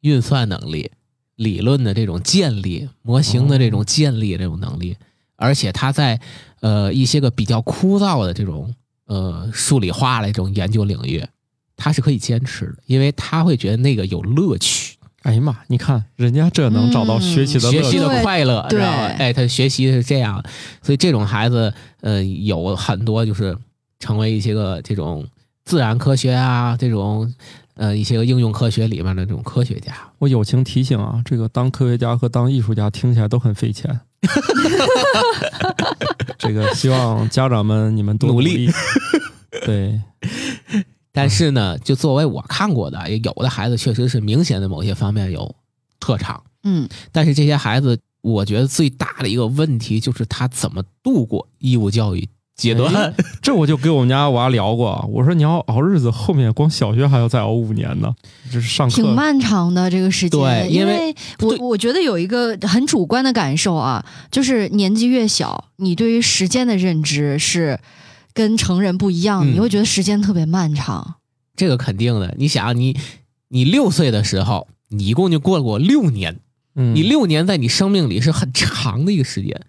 运算能力、理论的这种建立、模型的这
哦
种建立这种能力，而且他在呃一些个比较枯燥的这种呃数理化的这种研究领域，他是可以坚持的，因为他会觉得那个有乐趣，
哎呀妈，你看人家这能找到学习的
学
乐趣，
习的快乐，
对
知道吧？哎，他学习是这样，所以这种孩子呃有很多就是成为一些个这种自然科学啊这种。呃，一些个应用科学里面的这种科学家，
我友情提醒啊，这个当科学家和当艺术家听起来都很费钱。 [laughs] 这个希望家长们你们多
努
力。 [laughs] 对，
但是
嗯
呢，就作为我看过的，也有的孩子确实是明显的某些方面有特长，
嗯，
但是这些孩子，我觉得最大的一个问题就是他怎么度过义务教育阶段。
哎这我就跟我们家娃聊过，我说你要熬日子，后面光小学还要再熬五年呢，这是上
挺
课。
漫长的这个时间，
对
因
因为
为我
对
我觉得有一个很主观的感受啊，就是年纪越小，你对于时间的认知是跟成人不一样，
嗯
你会觉得时间特别漫长。
这个肯定的，你想你，你六岁的时候，你一共就过过六年，
嗯，
你六年在你生命里是很长的一个时间。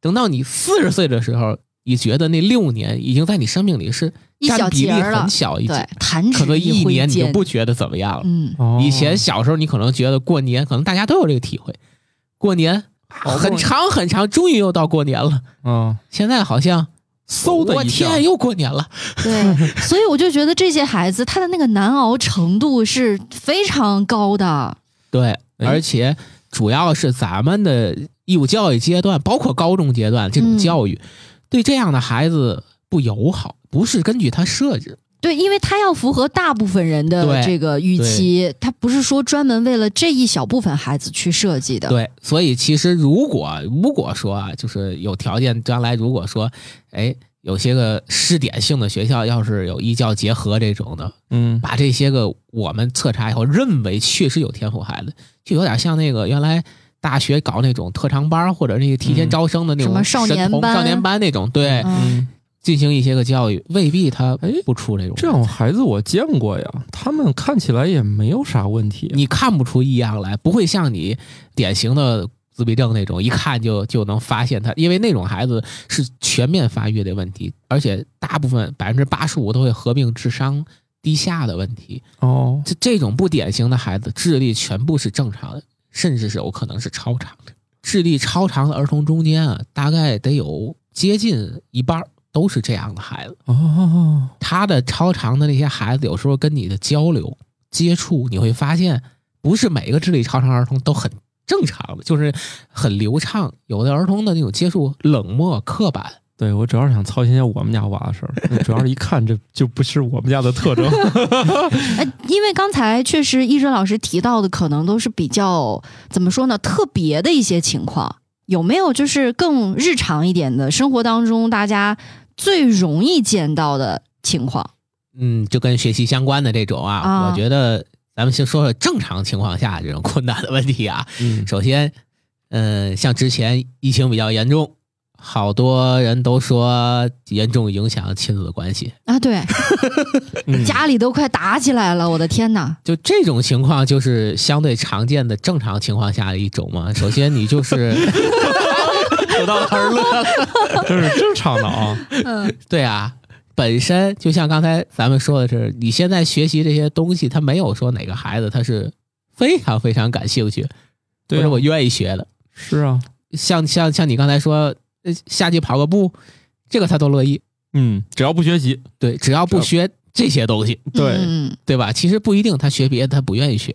等到你四十岁的时候，你觉得那六年已经在你生命里是
一小
占比例
节儿了
很小一截
对，弹指
可能一
挥
年你就
间
不觉得怎么样了。
嗯，
哦
以前小时候，你可能觉得过年，可能大家都有这个体会，过年
好不容
很
易
长很长，终于又到过年了。
嗯，
现在好像，
嗖的
我
一下，
天，又过年了。 [laughs]
对，所以我就觉得这些孩子他的那个难熬程度是非常高的。
对，
哎
而且主要是咱们的义务教育阶段，包括高中阶段这种
嗯
教育，对这样的孩子不友好，不是根据他设置。
对，因为他要符合大部分人的
对
这个预期，他不是说专门为了这一小部分孩子去设计的。
对，所以其实如果如果说啊，就是有条件，将来如果说，哎，有些个试点性的学校，要是有义教结合这种的，
嗯，
把这些个我们测查以后认为确实有天赋孩子，就有点像那个原来大学搞那种特长班儿或者那个提前招生的
嗯
那
什么
种
少
神
年
童、
班
少年班那种，对，
嗯，
嗯
进行一些个教育，未必他不出这种。
这样孩子我见过呀，他们看起来也没有啥问题。
你看不出异样来，不会像你典型的自自闭症那种，一看就就能发现他，因为那种孩子是全面发育的问题，而且大部分百分之八十五都会合并智商低下的问题。
哦，
这这种不典型的孩子，智力全部是正常的，甚至是有可能是超常的。智力超常的儿童中间啊，大概得有接近一半儿都是这样的孩子。
哦，
他的超常的那些孩子，有时候跟你的交流接触，你会发现，不是每个智力超常儿童都很正常的，就是很流畅。有的儿童的那种接触冷漠、刻板，
对我主要是想操心一下我们家娃的事儿， [laughs] 主要是一看这就不是我们家的特 [laughs] 征。
哎，因为刚才确实医生老师提到的，可能都是比较怎么说呢，特别的一些情况。有没有就是更日常一点的生活当中，大家最容易见到的情况？
嗯，就跟学习相关的这种啊，
啊
我觉得咱们先说说正常情况下这种困难的问题啊。 [laughs]
嗯
首先，嗯，像之前疫情比较严重，好多人都说严重影响亲子关系。
啊，
[laughs]
对，
嗯
家里都快打起来了，我的天哪！
就这种情况，就是相对常见的正常情况下的一种嘛。首先，你就是不到而乐了，
这是正常的啊。
嗯，
对啊。本身就像刚才咱们说的是，你现在学习这些东西，他没有说哪个孩子他是非常非常感兴趣，
对啊
或者我愿意学的。
是啊，
像像像你刚才说，呃下去跑个步，这个他都乐意。
嗯，只要不学习，
对，只要不学这些东西，
对
嗯
对吧？其实不一定，他学别的他不愿意学。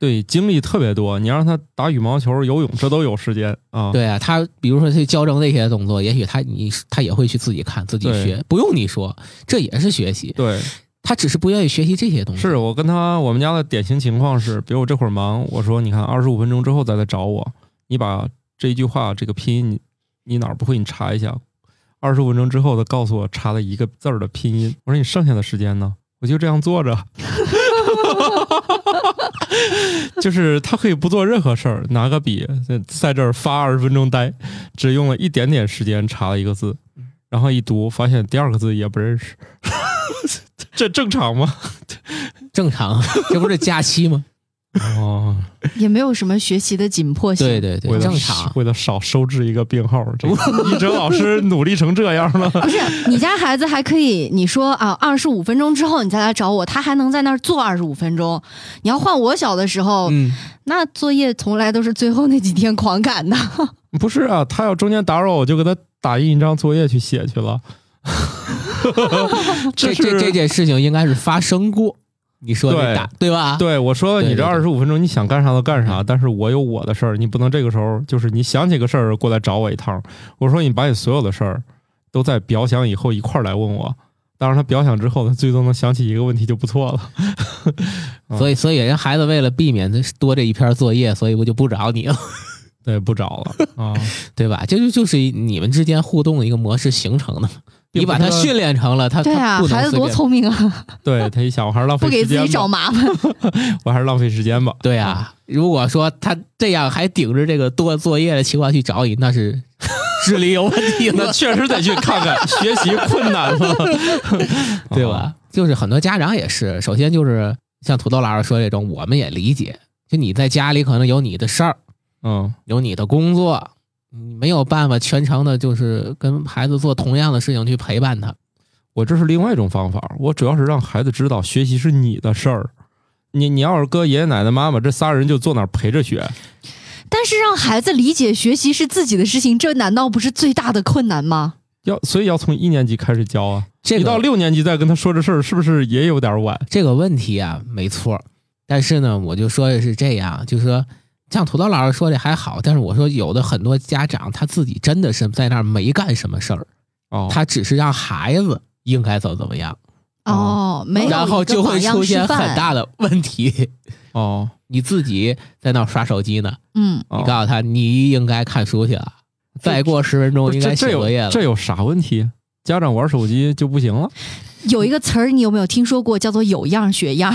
对精力特别多，你让他打羽毛球、游泳，这都有时间啊。
对啊，他比如说去矫正那些动作，也许他你他也会去自己看自己
对
学，不用你说，这也是学习。
对，
他只是不愿意学习这些东西。
是我跟他我们家的典型情况是，比如我这会儿忙，我说你看二十五分钟之后再来找我，你把这一句话这个拼音你你哪儿不会你查一下，二十五分钟之后他告诉我查了一个字儿的拼音，我说你剩下的时间呢，我就这样坐着。 [laughs] 就是他可以不做任何事儿，拿个笔在在这儿发二十分钟呆，只用了一点点时间查了一个字，
嗯
然后一读发现第二个字也不认识， [laughs] 这正常吗？
正常， [laughs] 这不是假
[laughs]
期吗？
哦，
也没有什么学习的紧迫性。
对对
为
对，
了
正常。
为了少收治一个病号， [laughs] 这个一哲老师努力成这样了。
不是你家孩子还可以，你说啊，二十五分钟之后你再来找我，他还能在那儿坐二十五分钟。你要换我小的时候，
嗯，
那作业从来都是最后那几天狂赶的。
[laughs] 不是啊，他要中间打扰我，就给他打印一张作业去写去
[laughs]
了。
这
是
这这件事情应该是发生过，你说
对
那打对吧？
对我说，
啊对
你这
对对
二十五分钟你想干啥都干啥，但是我有我的事儿，你不能这个时候就是你想起个事儿过来找我一趟。我说你把你所有的事儿都在表想以后一块儿来问我。当然，他表想之后，他最终能想起一个问题就不错了。嗯
所以所以人孩子为了避免他多这一篇作业，所以我就不
[laughs]
找你了。
对，不找了
[laughs]
啊。
对吧？这就就是你们之间互动的一个模式形成的嘛。
并
你
不
把
是
他
说
训练成了，他
对
他
啊
不，能
孩子
随
多
便
聪明啊，
[laughs] 对他一想，我还是浪费
不给
时
自
间
己
吧
找，麻烦。
我还是浪费时
[laughs]
间吧。
对啊，
嗯
如果说他这样还顶着这个多作业的情况去找你， [laughs]
[laughs]
那是智力有问题
那
了，
确实得去看看，学习困难
[laughs]
了，
对？
啊
吧？就是很多家长也是，首先就是像土豆老师说这种，我们也理解，就你在家里可能有你的事儿，
嗯，
有你的工作，你没有办法全程的，就是跟孩子做同样的事情去陪伴他。
我这是另外一种方法，我主要是让孩子知道学习是你的事儿。你你要是搁爷爷奶奶、妈妈这仨人就坐那儿陪着学，
但是让孩子理解学习是自己的事情，这难道不是最大的困难吗？
要所以要从一年级开始教啊。
这
你
个
到六年级再跟他说这事儿，是不是也有点晚？
这个问题啊，没错儿。但是呢，我就说的是这样，就是说，像土豆老师说的还好，但是我说有的很多家长他自己真的是在那儿没干什么事儿，
哦，
他只是让孩子应该怎么怎么样，
哦，没有，
然后就会出现很。大的问题。
哦，
你自己在那儿刷手机呢，
嗯，
哦
你告诉他你应该看书去了，
这
再过十分
不
钟
是
应
这
该
这
写作业
有
了。
这有啥问题？家长玩手机就不行了？
有一个词儿，你有没有听说过？叫做“有样学样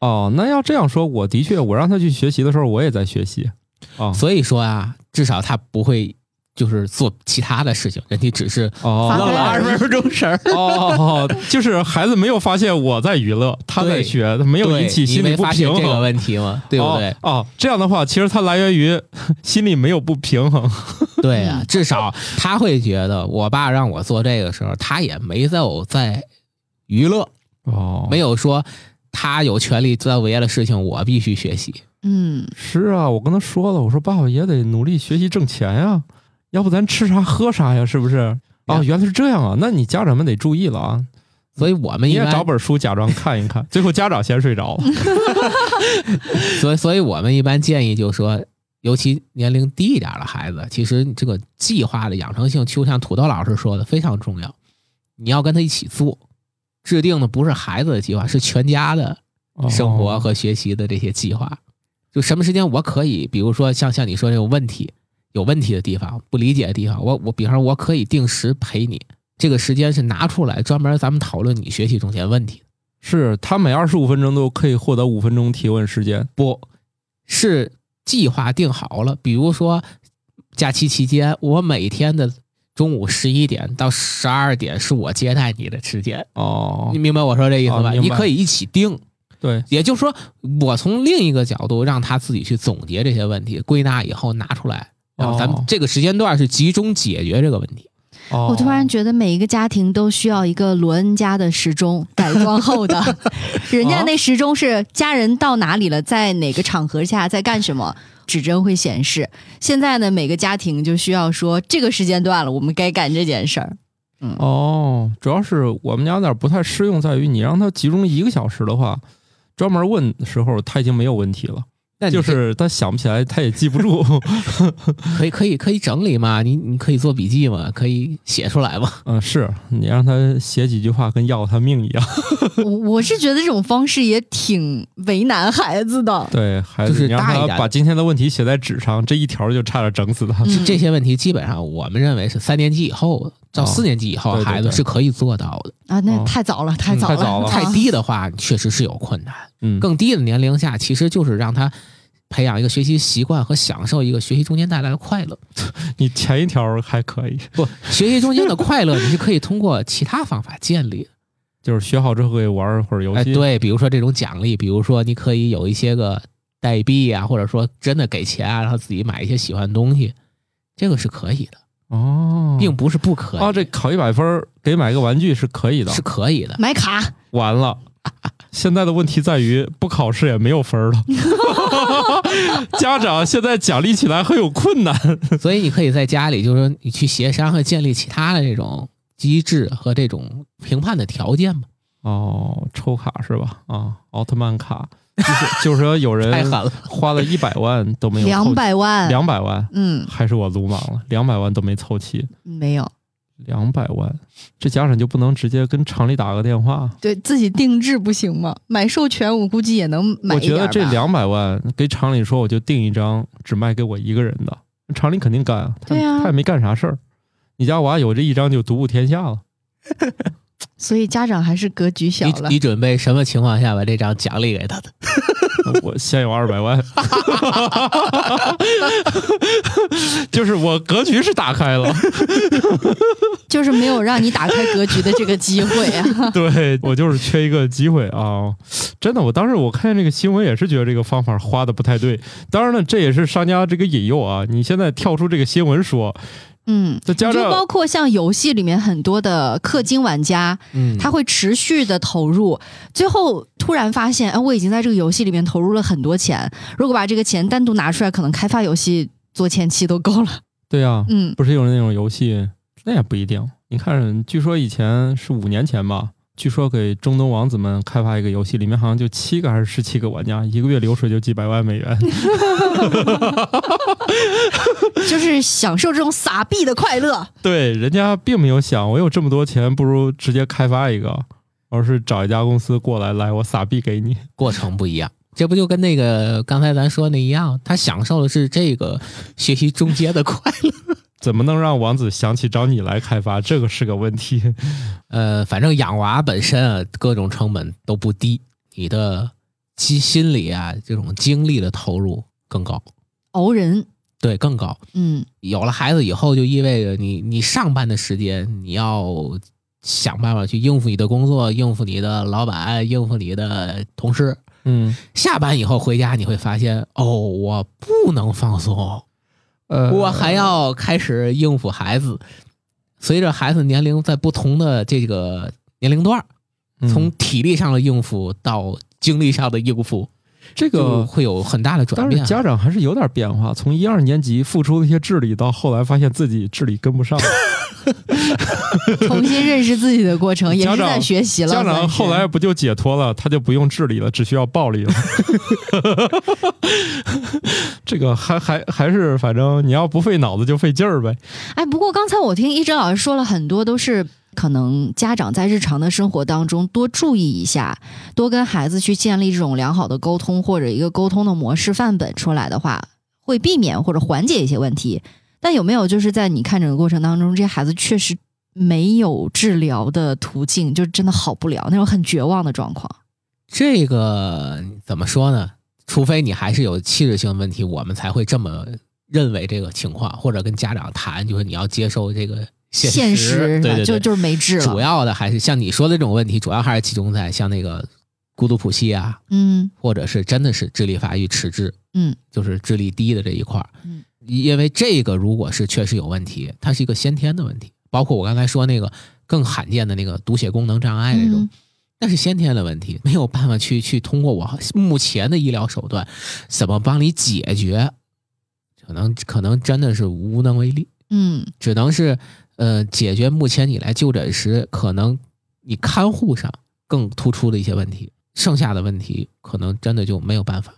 哦，那要这样说，我的确，我让他去学习的时候，我也在学习。哦，
所以说啊，至少他不会就是做其他的事情，人体只是
哦
发
愣
挥
了
了
二十分钟神儿。 [laughs]
哦，就是孩子没有发现我在娱乐，他在
对
学，他没有
对
引起
你
心
没
理不
发
平
现这个
衡，
问
[laughs]
题吗？对不对
哦？？哦，这样的话，其实它来源于 [laughs] 心里没有不平衡。[laughs]
对啊，至少他会觉得我爸让我做这个时候，他也没在我在娱乐，
哦
没有说他有权利做别的事情，我必须学习。
嗯，
是啊，我跟他说了，我说爸爸也得努力学习挣钱呀、要不咱吃啥喝啥呀，是不是？哦，
对
原来是这样啊，那你家长们得注意了啊，
所以我们
你
一
也
般
找本书假装看一看，最后家长先睡
[laughs]
着了。哦
所以，所以我们一般建议就是说，尤其年龄低一点的孩子，其实你这个计划的养成性，就像土豆老师说的非常重要。你要跟他一起做，制定的不是孩子的计划，是全家的
哦
生活和学习的这些计划。就什么时间我可以，比如说像像你说这种问题，有问题的地方，不理解的地方，我我比方说我可以定时陪你，这个时间是拿出来专门咱们讨论你学习中间问题的，
是他每二十五分钟都可以获得五分钟提问时间。
不是计划定好了。比如说假期期间，我每天的中午十一点到十二点是我接待你的时间，
哦
你，明白我说这意思
哦
吧？
明白
你可以一起定，
对，
也就是说，我从另一个角度让他自己去总结这些问题，归纳以后拿出来，然后咱们
哦
这个时间段是集中解决这个问题。
哦
我突然觉得每一个家庭都需要一个罗恩家的时钟，改装后 [laughs] 的，人家那时钟是家人到哪里了，在哪个场合下在干什么，指针会显示。现在呢，每个家庭就需要说这个时间段了，我们该干这件事儿。
哦，主要是我们家有点不太适用，在于你让他集中一个小时的话，专门问的时候他已经没有问题了，
那你
就
这
是他想不起来，他也记不
[laughs]
住。
可以可以可以整理嘛？你你可以做笔记嘛？可以写出来嘛？
嗯，是你让他写几句话，跟要他命
[laughs]
一样。
[laughs] 我我是觉得这种方式也挺为难孩子的。
对，孩
就
子，
是
你让
大一
他
点
把今天的问题写在纸上，这一条就差点整死他。
嗯
这些问题基本上我们认为是三年级以后到
哦
四年级以后
对对
孩子
对
是可以做到的，
啊，那
哦
太早了，太早了，
太早了
啊
太低的话确实是有困难。
嗯，
更低的年龄下，其实就是让他培养一个学习习惯和享受一个学习中间带来的快乐。
[laughs] 你前一条还可以，
不，学习中间的快乐你是可以通过其他方法建立的。
就是学好之后可以玩会儿游
哎，
戏。
对，比如说这种奖励，比如说你可以有一些个代币啊，或者说真的给钱啊，然后自己买一些喜欢的东西，这个是可以的，
哦，
并不是不可以，
啊，这考一百分儿给买个玩具是可以的。
是可以的。
买卡。
完了，现在的问题在于不考试也没有分儿了， [laughs] 家长现在奖励起来很有困难。
所以你可以在家里，就是说你去协商和建立其他的这种机制和这种评判的条件嘛。
哦，抽卡是吧？啊，奥特曼卡，就是就是说有
太
人
狠了，
花了一百万都没有
两
凑
百万，
两百万，
嗯，
还是我鲁莽了，两百万都没凑齐，
没有，
两百万，这家长就不能直接跟厂里打个电话？
对自己定制不行吗？买授权我估计也能买
我
一
觉
点儿吧。
得这两百万给厂里说，我就订一张只卖给我一个人的，厂里肯定干啊，他
对啊
他也没干啥事儿，你家娃有这一张就独步天下了。 [laughs]
所以家长还是格局小
你
了。
你准备什么情况下把这张奖励给他的？
我先有二百万， [laughs] 就是我格局是打开
[laughs]
了，
就是没有让你打开格局的这个机会 [laughs] 啊！
对我就是缺一个机会啊！真的，我当时我看见这个新闻也是觉得这个方法花的不太对。当然了，这也是商家这个引诱啊！你现在跳出这个新闻说，
嗯，
这家
就包
长
括像游戏里面很多的氪金玩家，
嗯
他会持续的投入，最后突然发现，哎、我已经在这个游戏里面投入了很多钱，如果把这个钱单独拿出来，可能开发游戏做前期都够了。
对啊呀、
嗯，
不是有那种游戏，那也不一定。你看，据说以前是五年前吧，据说给中东王子们开发一个游戏，里面好像就七个还是十七个玩家，一个月流水就几百万美元。 [laughs]
就是享受这种撒币的快 [laughs] 乐。
对，人家并没有想我有这么多钱，不如直接开发一个，而是找一家公司过来，来我撒币给你。
过程不一样。这不就跟那个刚才咱说那一样，他享受的是这个学习中间的快乐。
怎么能让王子想起找你来开发？这个是个问题。
呃，反正养娃本身啊，各种成本都不低，你啊的心心理啊，这种精力的投入更高。
熬人
对更高。
嗯
有了孩子以后，就意味着你你上班的时间你要想办法去应付你的工作，应付你的老板，应付你的同事。
[laughs] 嗯，
下班以后回家，你会发现哦，我不能放松，
呃，
我还要开始应付孩子。随着孩子年龄在不同的这个年龄段儿，
嗯
呃从体力上的应付到精力上的应付，
这
就
个，
会有很大的转
但是
变。啊
家长还是有点变化，从一二年级付出的一些智力，到后来发现自己智力跟不上，
重新认识自己的过程，也
家
是
长
在学习了。
家长
算是
后来不就解脱了，他就不用智力了，只需要暴力了。 [laughs] 这个还还还是反正你要不费脑子就费劲儿呗。
哎，不过刚才我听一哲老师说了很多，都是可能家长在日常的生活当中多注意一下，多跟孩子去建立这种良好的沟通或者一个沟通的模式范本出来的话，会避免或者缓解一些问题。但有没有就是在你看诊的过程当中，这些孩子确实没有治疗的途径，就真的好不了那种很绝望的状况？
这个怎么说呢？除非你还是有器质性问题，我们才会这么认为这个情况，或者跟家长谈，就是你要接受这个现
现实
对对对，
就就是没治
主
了。
要的还是像你说的这种问题，主要还是集中在像那个孤独谱系啊，
嗯
或者是真的是智力发育迟滞，
嗯，
就是智力低的这一块儿。
嗯，
因为这个如果是确实有问题，它是一个先天的问题，包括我刚才说那个更罕见的那个读写功能障碍那种，
嗯
那是先天的问题，没有办法去去通过我目前的医疗手段怎么帮你解决，可能可能真的是无能为力。
嗯
只能是呃解决目前你来就诊时可能你看护上更突出的一些问题，剩下的问题可能真的就没有办法。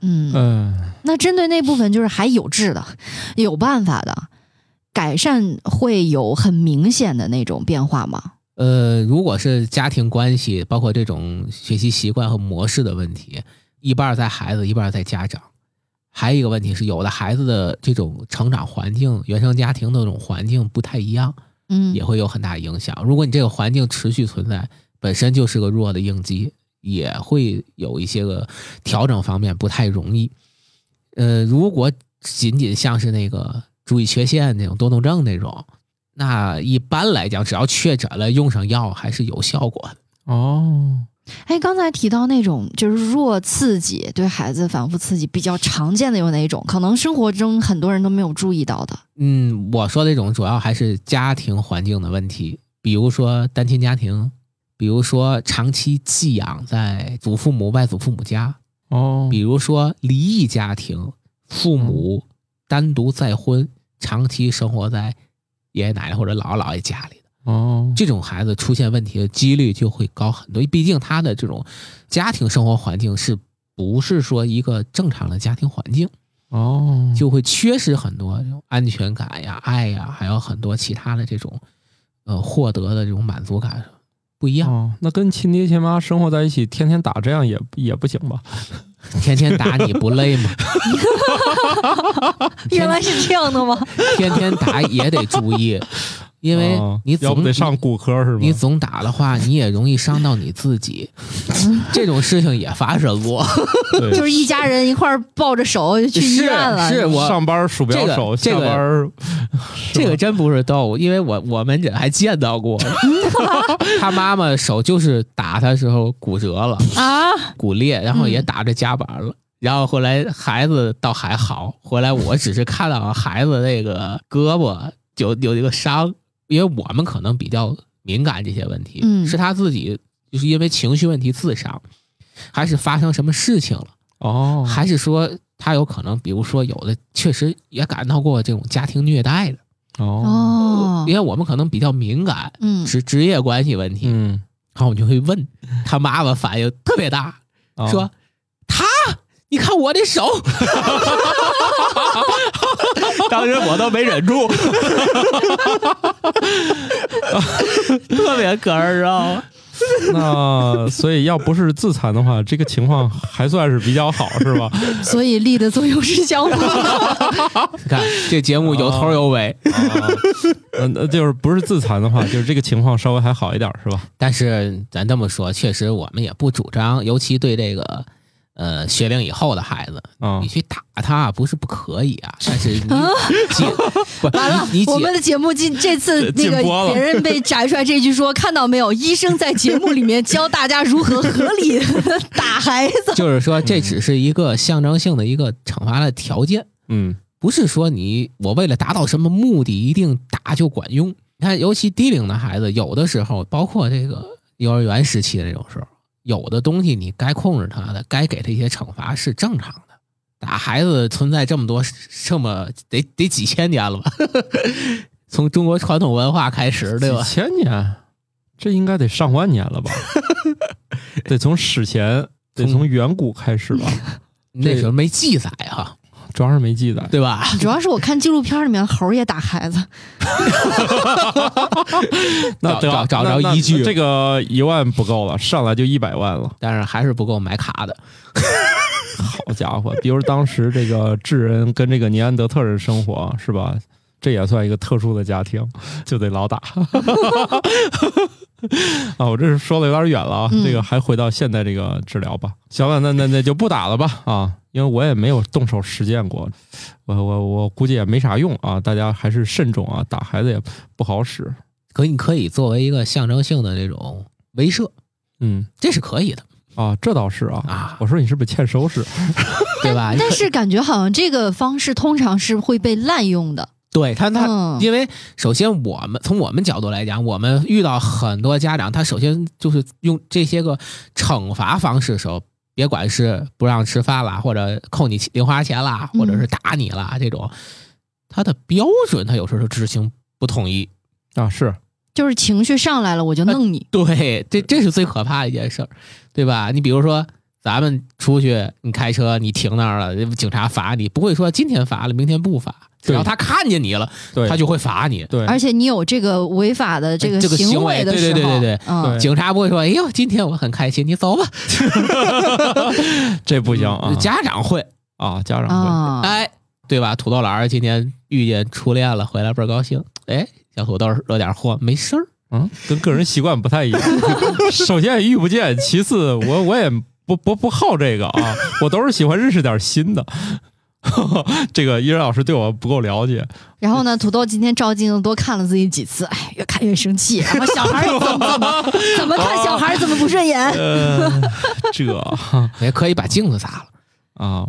嗯
嗯、
那针对那部分，就是还有治的， [laughs] 有办法的，改善会有很明显的那种变化吗？
呃，如果是家庭关系，包括这种学习习惯和模式的问题，一半儿在孩子，一半儿在家长。还有一个问题是，有的孩子的这种成长环境、原生家庭的这种环境不太一样，
嗯，
也会有很大影响。如果你这个环境持续存在，本身就是个弱的应激，也会有一些个调整方面不太容易。呃，如果仅仅像是那个注意缺陷那种多动症那种，那一般来讲，只要确诊了，用上药还是有效果的。
哦，
哎，刚才提到那种就是弱刺激对孩子反复刺激比较常见的有哪一种？可能生活中很多人都没有注意到的。
嗯，我说这种主要还是家庭环境的问题，比如说单亲家庭，比如说长期寄养在祖父母、外祖父母家，
哦，
比如说离异家庭，
嗯
父母单独再婚，长期生活在爷爷奶奶或者姥姥姥爷家里的
哦，
这种孩子出现问题的几率就会高很多，毕竟他的这种家庭生活环境是不是说一个正常的家庭环境，
哦，
就会缺失很多这种安全感呀、爱呀，还有很多其他的这种呃获得的这种满足感不一样。
哦，那跟亲爹亲妈生活在一起，天天打，这样也也不行吧？
[laughs] 天天打你不累
[laughs]
吗？
原来是这样的吗？
天天打也得注意，因为
哦
你
要
总
不得上骨科是吗？
你总打的话，你也容易伤到你自
[laughs]
己。这种事情也发生过，
对
就是一家人一块儿抱着手就去医院了。
是是我
上班鼠标手，
这个
下班
[laughs] 这个真不是逗，因为我我门诊还见到
[laughs]
过，他妈妈手就是打他时候骨折了，
啊，
骨裂，然后也
嗯
打着夹板了。然后后来孩子倒还好，回来我只是看到孩子那个胳膊有有一个伤，因为我们可能比较敏感这些问题，
嗯
是他自己就是因为情绪问题自伤，还是发生什么事情了？
哦，
还是说他有可能，比如说有的确实也感到过这种家庭虐待的，
哦，
哦
因，为我们可能比较敏感，
嗯
职职业关系问题，然
嗯，
后我们就会
[laughs]
问他妈妈，反应特别大，
哦
说他，你看我
[laughs]
的手，当时我都没忍住，特别可
[laughs]
儿啊， [laughs]
那所以要不是自残的话，这个情况还算是比较好，是
[laughs]
吧？啊
所以力的作用是相互的。
看这节目有头有尾，
哦
啊，嗯，那就是不是自残的话，就是这个情况稍微还好一点，是吧？
但是咱这么说，确实我们也不主张，尤其对这个呃学龄以后的孩子，
啊
你，去打他不是不可以啊，
[laughs]
但是你解不
完了，
你你
我们
解
的节目今这
呃
次那
禁
个
播了
别人被摘出来这句说，看到没有？医生在节目里面教大家如何合理 [laughs] 地打孩子。
就是说这只是一个象征性的一个惩罚的条件，
嗯
不是说你我为了达到什么目的一定打就管用。你看，尤其低龄的孩子，有的时候包括这个幼儿园时期的这种时候，有的东西你该控制他的，该给他一些惩罚是正常的。打孩子存在这么多这么 [laughs] 得得几千年了吧？从中国传统文化开始，对吧
几？千年，这应该得上万年
[laughs]
了吧？得从史前，得
从
从远古开始
[laughs]
吧？
那时候没记载哈，
主要是没记载，
对吧？
主要是我看纪录片里面猴儿也打孩子，
那得
找找
那
找着
那
依据
这个一万不够了，上来就一百万了。
但是还是不够买卡的。
好家伙，比如当时这个智人跟这个尼安德特人生活是吧？这也算一个特殊的家庭，就得老打。 [laughs] 啊，我这是说的有点远了啊，
嗯
这个还回到现在这个治疗吧。行了，那那那就不打了吧啊，因为我也没有动手实践过，我我我估计也没啥用啊，大家还是慎重啊，打孩子也不好使。
可以你可以作为一个象征性的这种威慑，
嗯
这是可以的
啊，这倒是啊，
啊，
我说你是不是欠收拾？
对吧？
[laughs] 但是感觉好像这个方式通常是会被滥用的。
对他他，
嗯
因为首先我们从我们角度来讲，我们遇到很多家长，他首先就是用这些个惩罚方式的时候。别管是不让吃饭啦，或者扣你零花钱啦，
嗯
或者是打你啦，这种，他的标准他有时候执行不统一，
啊，是
就是情绪上来了，我就弄你。
[laughs] 对，这这是最可怕的一件事儿，对吧？你比如说，咱们出去，你开车，你停那儿了，警察罚你，不会说今天罚了，明天不罚，只要
对
他看见你了，
对，
他就哎会罚你。
对，
而且你有这个违法的这个
呃这个行为
为的时
对
候，
对对对对
嗯
对
警察不会说：“哎呦，今天我很开心，你走吧。
这不行啊
嗯家长会，
啊，家长会。
啊，
哎，对吧？土豆老师今天遇见初恋了，回来倍儿高兴。哎，小土豆惹点祸没事儿，
嗯，跟个人习惯不太
[laughs]
一样。首先遇不见，其次我我也不不不好这个啊，我都是喜欢认识点新的。 [laughs] 这个伊人老师对我不够了解，
然后呢，土豆今天照镜子多看了自己几次，哎，越看越生气。然后小孩儿怎么怎么怎么看小孩儿怎么不顺眼。
呃，这
也可以把镜子砸了。
啊，我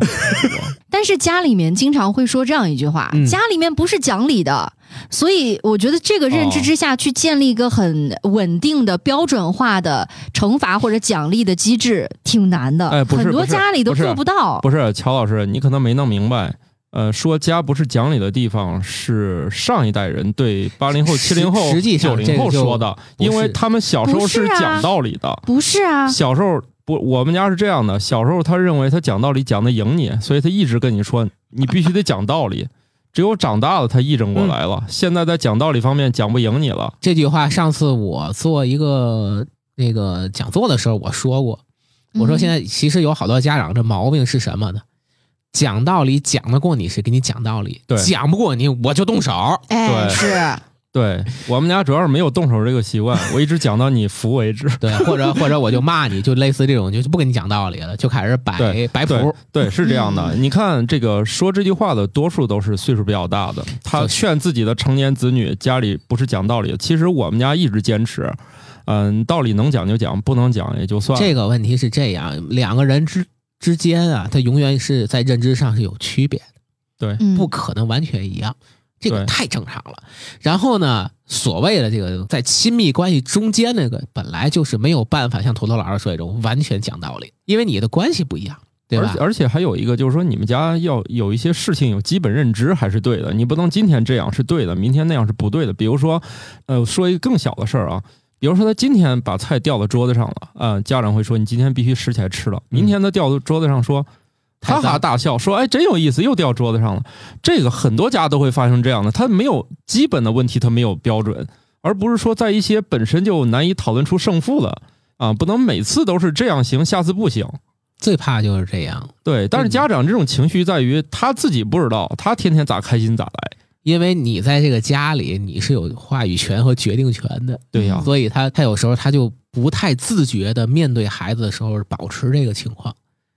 但是家里面经常会说这样一句话：
嗯
家里面不是讲理的。所以我觉得这个认知之下去建立一个很稳定的标准化的惩罚或者奖励的机制，挺难的。
哎不是
很多
不是
家里都
不是
做不到。
不是乔老师，你可能没弄明白。呃，说家不是讲理的地方，是上一代人对八零后、七
实
零后、
实际
九
上
零后
这个就
说的，
不是
因为他们小时候
不是
是
啊
讲道理的。
不是啊，
小时候不，我们家是这样的，小时候他认为他讲道理讲的赢你，所以他一直跟你说你必须得讲道理。只有长大了，他义正过来
嗯
了。现在在讲道理方面讲不赢你了。
这句话上次我做一个那个讲座的时候我说过，
嗯
我说现在其实有好多家长这毛病是什么呢？讲道理讲得过你是给你讲道理，
对
讲不过你我就动手。
哎
对
是。
对我们家主要是没有动手这个习惯，我一直讲到你服为止。
[laughs] 对，或者或者我就骂你，就类似这种，就不跟你讲道理了，就开始摆
对
摆
对
谱。嗯
对，是这样的。你看这个说这句话的多数都是岁数比较大的，他
对
劝自己的成年子女家里不是讲道理。其实我们家一直坚持，嗯、道理能讲就讲，不能讲也就算了。
这个问题是这样，两个人之之间啊，他永远是在认知上是有区别的，
嗯
不可能完全一样，这个
对
太正常了。然后呢，所谓的这个在亲密关系中间那个，本来就是没有办法像土豆老师说这种完全讲道理，因为你的关系不一样，对
而
吧
且？而且还有一个就是说，你们家要有一些事情有基本认知还是对的，你不能今天这样是对的，明天那样是不对的。比如说，呃，说一个更小的事儿啊，比如说他今天把菜掉到桌子上了，呃，家长会说你今天必须拾起来吃了。明
嗯
天他掉到桌子上说。
太
哈
脏
哈大笑说：“哎，真有意思，又掉桌子上了。”这个很多家都会发生这样的，他没有基本的问题，他没有标准，而不是说在一些本身就难以讨论出胜负的啊，不能每次都是这样行，下次不行。
最怕就是这样，
对，但是
嗯
家长这种情绪在于他自己不知道，他天天咋开心咋来。
[laughs]
因为你在这个家里你是有话语权和决定权的。
对呀
所以他他有时候他就不太自觉的面对孩子的时候保持这个情况，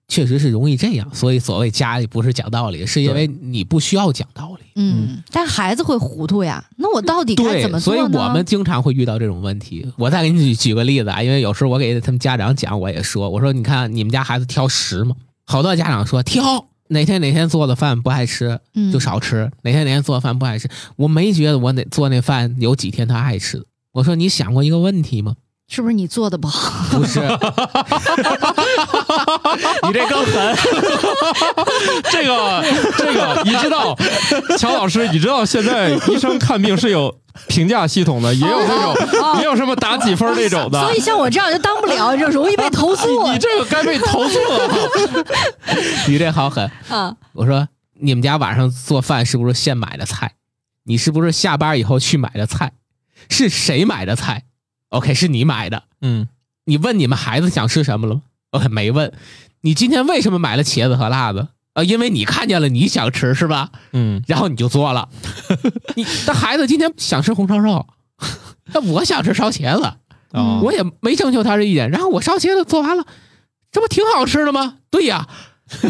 确实是容易这样。所以所谓家里不是讲道理，是因为你不需要讲道理。
嗯，但孩子会糊涂呀。那我到底该
对
怎么，做
所以
呢？
我们经常会遇到这种问题。我再给你举举个例子啊，因为有时候我给他们家长讲，我也说，我说你看你们家孩子挑食吗？好多家长说挑，哪天哪天做的饭不爱吃
嗯
就少吃，哪天哪天做的饭不爱吃，我没觉得我哪做那饭有几天他爱吃。我说你想过一个问题吗？
是不是你做的不好？
不
[laughs]
是，你这更狠。
[laughs] 这个这个，你知道，乔老师，你知道现在医生看病是有评价系统的，也有那种，也有什么打几分那种的
哦所。以像我这样就当不了，就容易被投诉
你这个该被投诉了。
你这好狠。
啊。
我说你们家晚上做饭是不是现买的菜？你是不是下班以后去买的菜？哦是谁买的菜？OK，是你买的。
嗯，
你问你们孩子想吃什么了吗？OK，没问。你今天为什么买了茄子和辣子？啊，因为你看见了，你想吃是吧？
嗯，
然后你就做了。 [laughs] 你那孩子今天想吃红烧肉，那我想吃烧茄子，
啊，
我也没征求他这意见。然后我烧茄子做完了，这不挺好吃的吗？
[laughs]
对呀，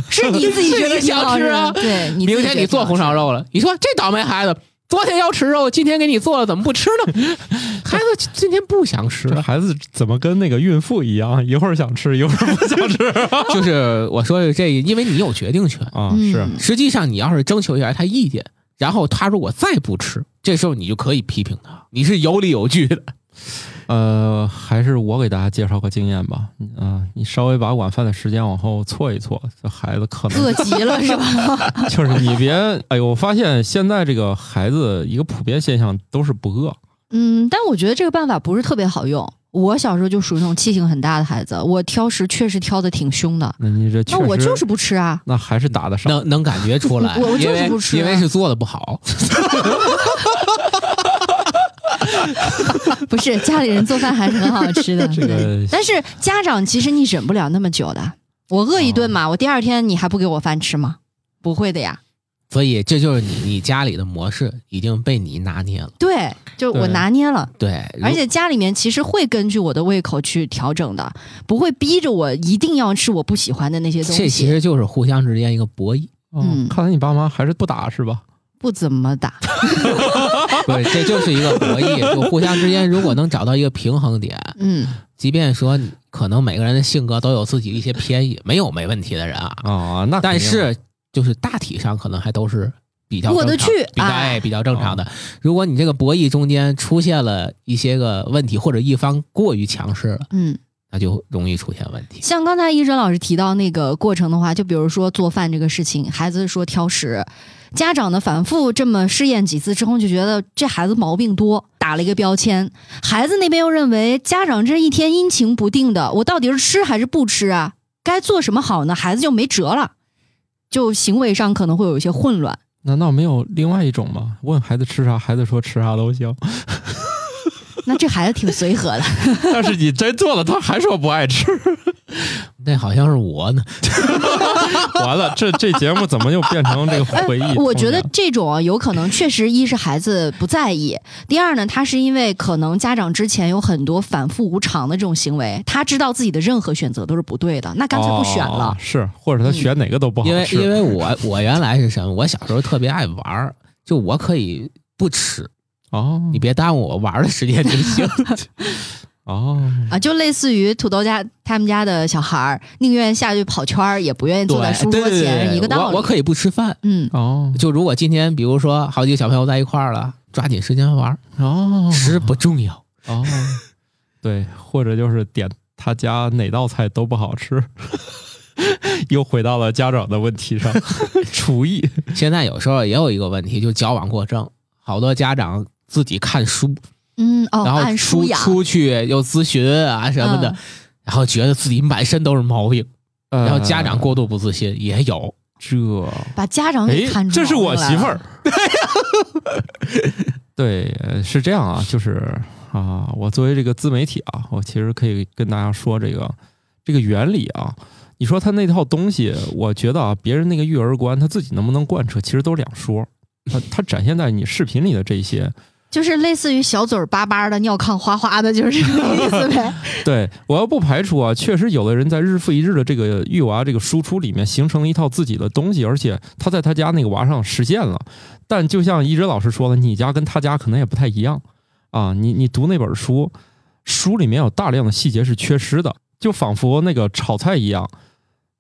是你自己觉得挺好
是你想吃
的
啊
对，你自己
明天你做红烧肉了，你说这倒霉孩子，昨天要吃肉，今天给你做了，怎么不吃
[laughs]
呢？孩子今今天不想吃
这，孩子怎么跟那个孕妇一样，一会儿想吃，一会儿不想吃
[laughs] 就是我说的这，因为你有决定权。
啊？
嗯
是，
实际上，你要是征求一下他意见，然后他如果再不吃，这时候你就可以批评他，你是有理有据的。
呃，还是我给大家介绍个经验吧。啊、你稍微把晚饭的时间往后错一错，这孩子可能
饿极了是吧？
就是你别，哎呦，我发现现在这个孩子一个普遍现象都是不饿。
嗯，但我觉得这个办法不是特别好用。我小时候就属于那种气性很大的孩子，我挑食确实挑的挺凶的。
那你这确
那
实，
我就是不吃啊，
那还是打得上。
能能感觉出来，
我我就是
因为
不吃
因为是做的不好。
不是家里人做饭还是很好吃的。
[laughs] 这个
对但是家长其实你忍不了那么久的。我饿一顿
哦
嘛，我第二天你还不给我饭吃吗？不会的呀。
所以这就是你你家里的模式已经被你拿捏了。
对，就我
对
拿捏了。
对，如
而且家里面其实会根据我的胃口去调整的，不会逼着我一定要吃我不喜欢的那些东
这其
西。
实就是互相之间一个
[laughs]
博弈。
哦
嗯
看来你爸妈还是不打是吧？
不怎么打，
不是，这就是一个博弈，就互相之间如果能找到一个平衡点，
嗯，
即便说你可能每个人的性格都有自己的一些偏异，没有没问题的人啊，
啊，那
[laughs] 但
肯定
是就是大体上可能还都是比较正常
过得去
比较
哎
哎比较正常的。如果你这个博弈中间出现了一些个问题，或者一方过于强势了，
嗯，
那就容易出现问题。
像刚才医生老师提到那个过程的话，就比如说做饭这个事情，孩子说挑食，家长呢反复这么试验几次之后，就觉得这孩子毛病多，打了一个标签。孩子那边又认为家长这一天阴晴不定的，我到底是吃还是不吃啊？该做什么好呢？孩子就没辙了，就行为上可能会有一些混乱。
难道没有另外一种吗？问孩子吃啥，孩子说吃啥都
[laughs]
行，
那这孩子挺随和的，
但是你真做了，他还说不爱吃。
那好像是我呢，
完了，这这节目怎么又变成这个回忆？
[laughs] 我觉得这种啊，有可能确实一是孩子不在意，第二呢，他是因为可能家长之前有很多反复无常的这种行为，他知道自己的任何选择都是不对的，那干脆不选
哦
了。
是，或者他选哪个都不好
嗯因为
吃。
因为我我原来是什么？我小时候特别爱玩儿，就我可以不吃，
嗯
哦，
你别耽误我玩儿的时间就
[laughs]
行。
哦，
啊，就类似于土豆家他们家的小孩儿，宁愿下去跑圈儿，也不愿意
对
坐在书桌
对对
前，
对
一个道理。
我我可以不吃饭，
嗯，
哦，
就如果今天比如说好几个小朋友在一块儿了，抓紧时间玩儿，
哦，
嗯
吃不重要。
哦，对，或者就是点他家哪道菜都不好吃， [laughs] 又回到了家长的问题上，厨艺。
现在有时候也有一个问题，就矫枉过正，好多家长。自己看书，
嗯哦，
然后
按书
出
养，
出去又咨询啊什么的，
嗯
然后觉得自己满身都是毛病，
呃
[laughs] 然后家长过度不自信也有。
这，
把家长
哎
给看，出
这是我
毛病来
媳妇
了
儿。 [laughs] 对，呃是这样啊，就是啊，我作为这个自媒体啊，我其实可以跟大家说这个这个原理啊。你说他那套东西，我觉得啊，别人那个育儿观，他自己能不能贯彻，其实都两说。他他展现在你视频里的这些，
就是类似于小嘴儿巴巴的、尿炕哗哗的，就是这个意思
[laughs]
呗。
[laughs] 对我要不排除啊，确实有的人在日复一日的这个育娃这个输出里面形成了一套自己的东西，而且他在他家那个娃上实现了。但就像一直老师说的，你家跟他家可能也不太一样啊。你你读那本书，书里面有大量的细节是缺失的，就仿佛那个炒菜一样，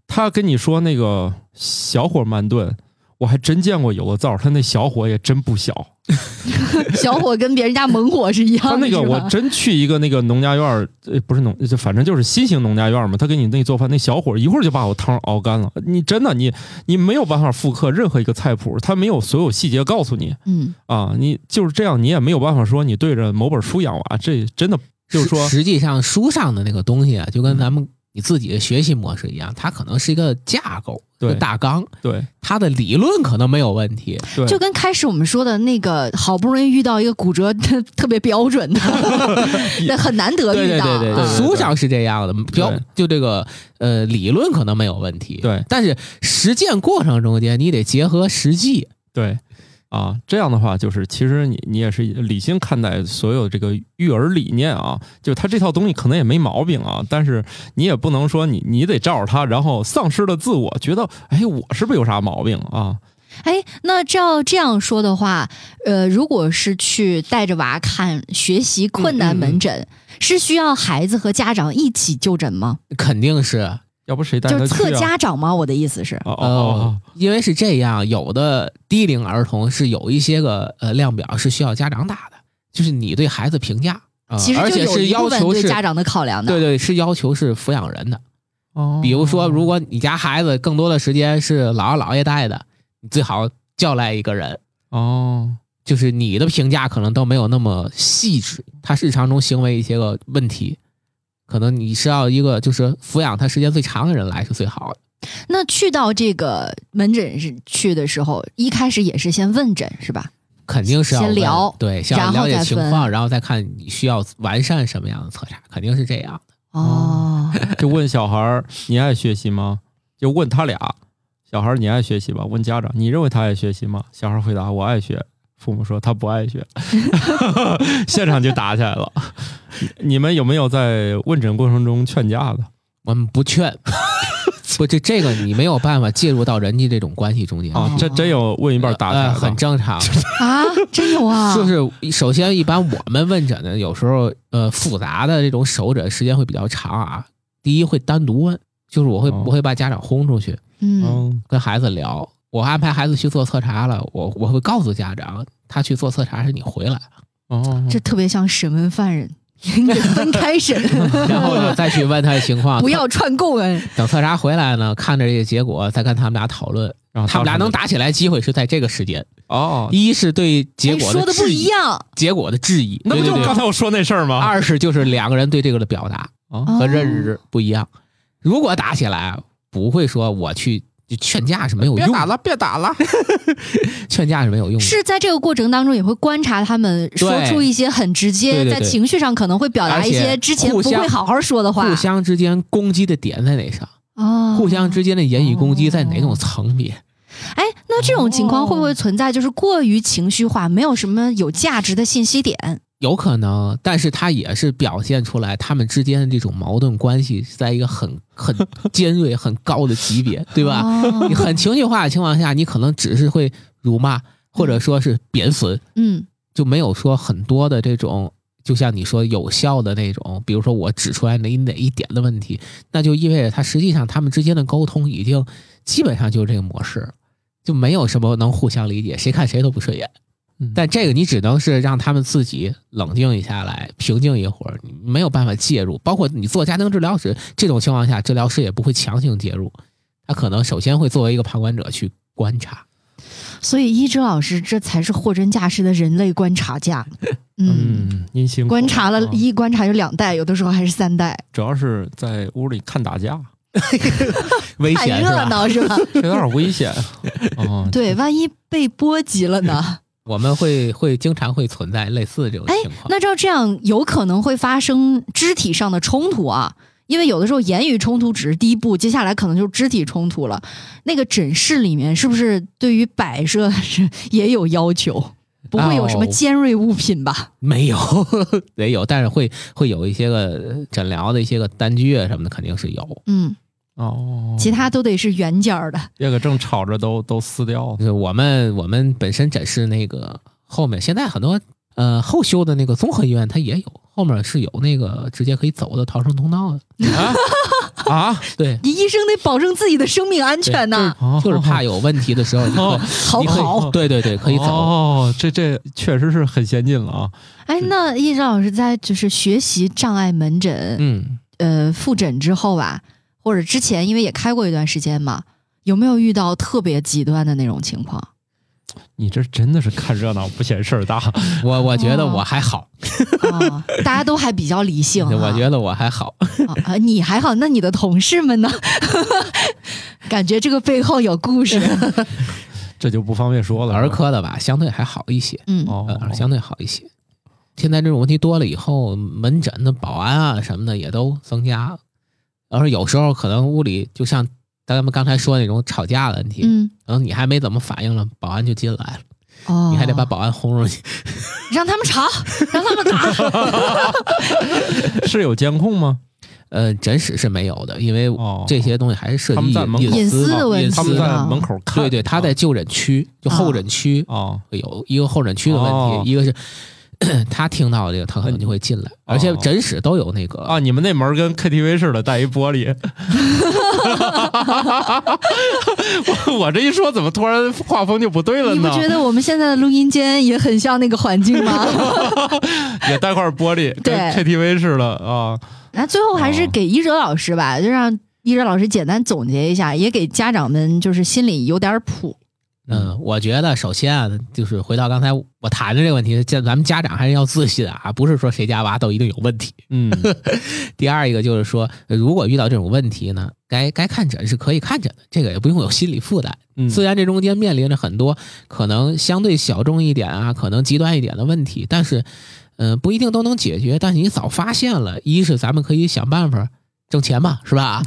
他跟你说那个小火慢炖。我还真见过有个灶，他那小火也真不小。
小火跟别人家猛火是一样
他
的。
那个
是吧
我真去一个那个农家院儿，呃，不是农，就反正就是新型农家院儿嘛。他给你那做饭，那小火一会儿就把我汤熬干了。你真的你你没有办法复刻任何一个菜谱，他没有所有细节告诉你
嗯，
啊。你就是这样，你也没有办法说你对着某本书养娃，这真的就是说嗯
实实际上书上的那个东西啊，就跟咱们你自己的学习模式一样，它可能是一个架构、一个
对
大纲，
对
它的理论可能没有问题，
对，
就跟开始我们说的那个，好不容易遇到一个骨折特别标
[laughs]
准的，那很难得
对
遇
对
到。
对对
啊
对，书上是这样的，标就这个呃理论可能没有问题，
对，
但是实践过程中间你得结合实际，
对啊，这样的话就是，其实你你也是理性看待所有这个育儿理念啊，就他这套东西可能也没毛病啊，但是你也不能说你你得照着他，然后丧失了自我，觉得哎我是不是有啥毛病啊？
哎，那照这样说的话，呃，如果是去带着娃看学习困难门诊，
嗯
是需要孩子和家长一起就诊吗？
肯定是
要不谁带
就
他
是
去
测
啊？
家长吗？我的意思是，
哦哦
呃
哦，
因为是这样，有的低龄儿童是有一些个呃量表是需要家长打的，就是你对孩子评价，啊
其实
而
就
且
有
是
一部
要
分
求
对
是
家长的考量的。
对对，是要求是抚养人的。
哦
比如说，如果你家孩子更多的时间是姥姥姥爷带的，你最好叫来一个人，
哦
就是你的评价可能都没有那么细致，他日常中行为一些个问题，可能你是要一个就是抚养他时间最长的人来是最好的。
那去到这个门诊是去的时候，一开始也是先问诊是吧？
肯定是要
先
问
聊
对，先要
然后
了解
再
情
分
况，然后再看你需要完善什么样的测查，肯定是这样的。
哦，
就问小孩儿你爱学习吗？就问他俩，小孩儿你爱学习吧？问家长你认为他爱学习吗？小孩儿回答我爱学，父母说他不爱学， [laughs] 现场就打起来了。你们有没有在问诊过程中劝架的？
我们不
[laughs]
劝，不这这个你没有办法介入到人家这种关系中间
啊，这真有问一半打起来
哦呃
的，
很
[laughs]
正常。
啊，真有啊！
[laughs] 就是首先，一般我们问诊呢，有时候呃复杂的这种首诊时间会比较长啊。第一会单独问，就是我会
哦
我会把家长轰出去，
嗯，
嗯
跟孩子聊。我安排孩子去做测查了，我我会告诉家长，他去做测查是你回
[laughs]
来，
哦，
嗯
这特别像审问犯人， [laughs] 你得分开审，
[laughs] 然后呢再去问他的情况。
不要串
[laughs]
供哎。
等测查回来呢，看着这个结果，再跟他们俩讨论。
然后
他们
啊当
俩
时
能打起来机会是在这个时间，
哦，
一是对结
哎
果嗯
说的不
质
一
疑，
样，
结果的质疑，
那不
对
就
对对
刚才我说那事儿吗？
二是就是两个人对这个的表达。
哦
啊和认
哦
知不一样。如果打起来，不会说我去就劝架是没有用，的，
了，别打了。
劝架是没有用的。
是在这个过程当中也会观察他们说
对
出一些很直接，
对对
在
对
情绪上可能会表达
而
一
且
些之前
互
不会
相
好好说的话，
互相之间攻击的点在哪上？
哦
互相之间的言语攻击在哪种层面？
哎，那这种情况会不
哦
会存在就是过于情绪化，没有什么有价值的信息点？
有可能，但是它也是表现出来他们之间的这种矛盾关系是在一个很很尖锐、很高的级别，对吧？
哦
你很情绪化的情况下，你可能只是会辱骂，或者说是贬损，
嗯
就没有说很多的这种，就像你说有效的那种，比如说我指出来哪哪一点的问题，那就意味着他实际上他们之间的沟通已经基本上就是这个模式，就没有什么能互相理解，谁看谁都不顺眼。但这个你只能是让他们自己冷静一下来，平静一会儿，你没有办法介入。包括你做家庭治疗时，这种情况下，治疗师也不会强行介入，他可能首先会作为一个旁观者去观察。
所以一哲老师这才是货真价实的人类观察
[laughs]
家。嗯，
嗯，您辛苦
观察了
啊
一观察有两代，有的时候还是三代，
主要是在屋里看打架，
危
太
险是
热
吧？
闹是吧？。
这有点危险啊 [laughs]
对，万一被波及了呢？
我们会会经常会存在类似的这种
哎
情况。
那照这样，有可能会发生肢体上的冲突啊，因为有的时候言语冲突只是第一步，接下来可能就是肢体冲突了。那个诊室里面是不是对于摆设是也有要求？不会有什么
哦
尖锐物品吧？
没有， [laughs] 没有，但是会会有一些个诊疗的一些个单据啊什么的，肯定是有。
嗯，
哦，
其他都得是圆角儿的。
这个正吵着都都撕掉了
就是我们我们本身诊室那个后面，现在很多呃后修的那个综合医院它也有，后面是有那个直接可以走的逃生通道的。
啊啊！
对，
你医生得保证自己的生命安全呐、
哦
就是怕有问题的时候你
哦
会
逃
你会
跑。
对对对，可以走。
哦，这这确实是很先进了啊！
哎，那叶哲老师在就是学习障碍门诊，
嗯，
呃，复诊之后吧，或者之前，因为也开过一段时间嘛，有没有遇到特别极端的那种情况？
你这真的是看热闹不嫌事儿大， [laughs]
我我觉得我还好，
啊，大家都还比较理
哦
性、啊，
[laughs] 我觉得我还好。
啊啊，你还好，那你的同事们呢？ [laughs] 感觉这个背后有故事。
这就不方便说了。
儿科的吧，相对还好一些。
嗯，
哦
呃，，相对好一些。现在这种问题多了以后，门诊的保安啊什么的也都增加了，而有时候可能屋里就像咱们刚才说那种吵架的问题，
嗯，
然后你还没怎么反应了，保安就进来了，
哦，
你还得把保安轰出去。
让他们吵，让
[laughs]
他们打。
是有监控吗？
呃，诊室是没有的，因为
哦，
这些东西还是涉
他
及
们在门口
隐私
嘛
的问
隐
题
他
私
们
啊
在门口看，啊
对对，他在就诊区，就后诊区
哦
会有一个后诊区的问题，
哦
一个是 [coughs] 他听到这个，他可能就会进来，而且
哦
诊室都有那个
啊，你们那门儿跟 KTV 似的，带一玻璃。 [laughs] 我我这一说，怎么突然画风就不对了
你不觉
呢？
得我们现在的录音间也很像那个环境
[laughs]
吗？
也带块玻璃，跟
对
KTV 似的啊。
那最后
哦
还是给一哲老师吧，就让一哲老师简单总结一下，也给家长们就是心里有点谱。
嗯，我觉得首先啊，就是回到刚才我谈的这个问题，这咱们家长还是要自信啊，不是说谁家娃都一定有问题。
嗯，
第二一个就是说，呃如果遇到这种问题呢，该该看诊是可以看诊的，这个也不用有心理负担。
嗯
虽然这中间面临着很多可能相对小众一点啊，可能极端一点的问题，但是，嗯、不一定都能解决。但是你早发现了，一是咱们可以想办法 [laughs] 挣钱嘛，是吧？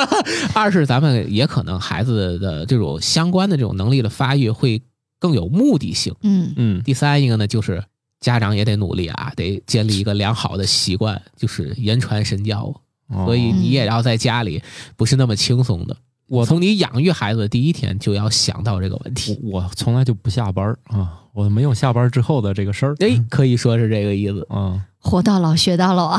[laughs] 二是咱们也可能孩子的这种相关的这种能力的发育会更有目的性。
嗯
嗯，
第三一个呢，就是家长也得努力啊，得建立一个良好的习惯，就是言传身教。所以
哦
你也要在家里不是那么轻松的。我从你养育孩子的第一天就要想到这个问题，
我我从来就不下班儿啊，我没有下班之后的这个事儿。
哎，可以说是这个意思。
啊，
活到老学到老啊！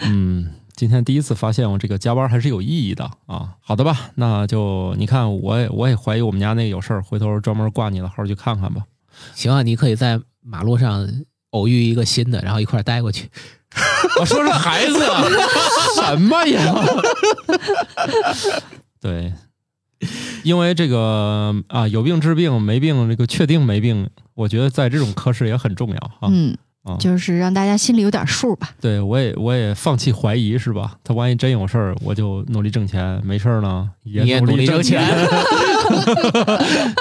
嗯，今天第一次发现我这个加班还是有意义的啊。好的吧，那就你看，我也我也怀疑我们家那个有事儿，回头专门挂你的号去看看 [laughs] 吧。
行啊，你可以在马路上偶遇一个新的，然后一块儿带过去。
我啊说是孩子， [laughs] 什么 [laughs] 呀？对，因为这个啊，有病治病，没病这个确定没病，我觉得在这种科室也很重要啊。
嗯
啊，
就是让大家心里有点数吧。
对我也我也放弃怀疑是吧？他万一真有事儿，我就努力挣钱；没事儿呢，也
你也努
努
力挣
挣
钱。
[laughs]
[laughs]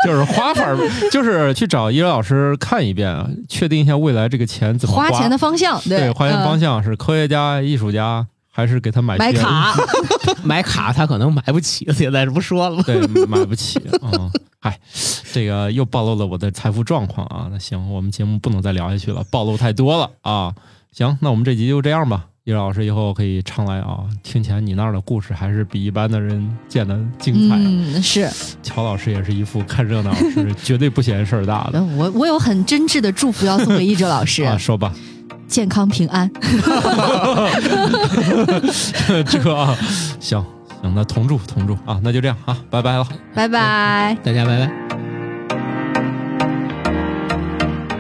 就是花法儿， [laughs] 就是去找医疗老师看一遍，确定一下未来这个钱怎么
花
花
钱的方向，
对花钱
嗯
方向是科学家、艺术家，还是给他买
买
别的
卡，
买卡他可能买不起，现在这不说了 [laughs] 吗？
对，买不起啊！嗨、这个又暴露了我的财富状况啊！那行，我们节目不能再聊下去了，暴露太多了啊！行，那我们这集就这样吧。叶老师以后可以常来啊，听起来你那儿的故事还是比一般的人见的精彩啊。
嗯，是
乔老师也是一副看热闹是绝对不嫌事儿大的
嗯我我有很真挚的祝福要送给一哲
[laughs]
老师，
啊，说吧，
健康平安。
这啊行行，那同住同住啊，那就这样啊，拜拜了。
拜拜。
大家拜拜。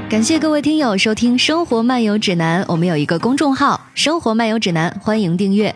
感谢各位听友收听《生活漫游指南》，我们有一个公众号《生活漫游指南》，欢迎订阅。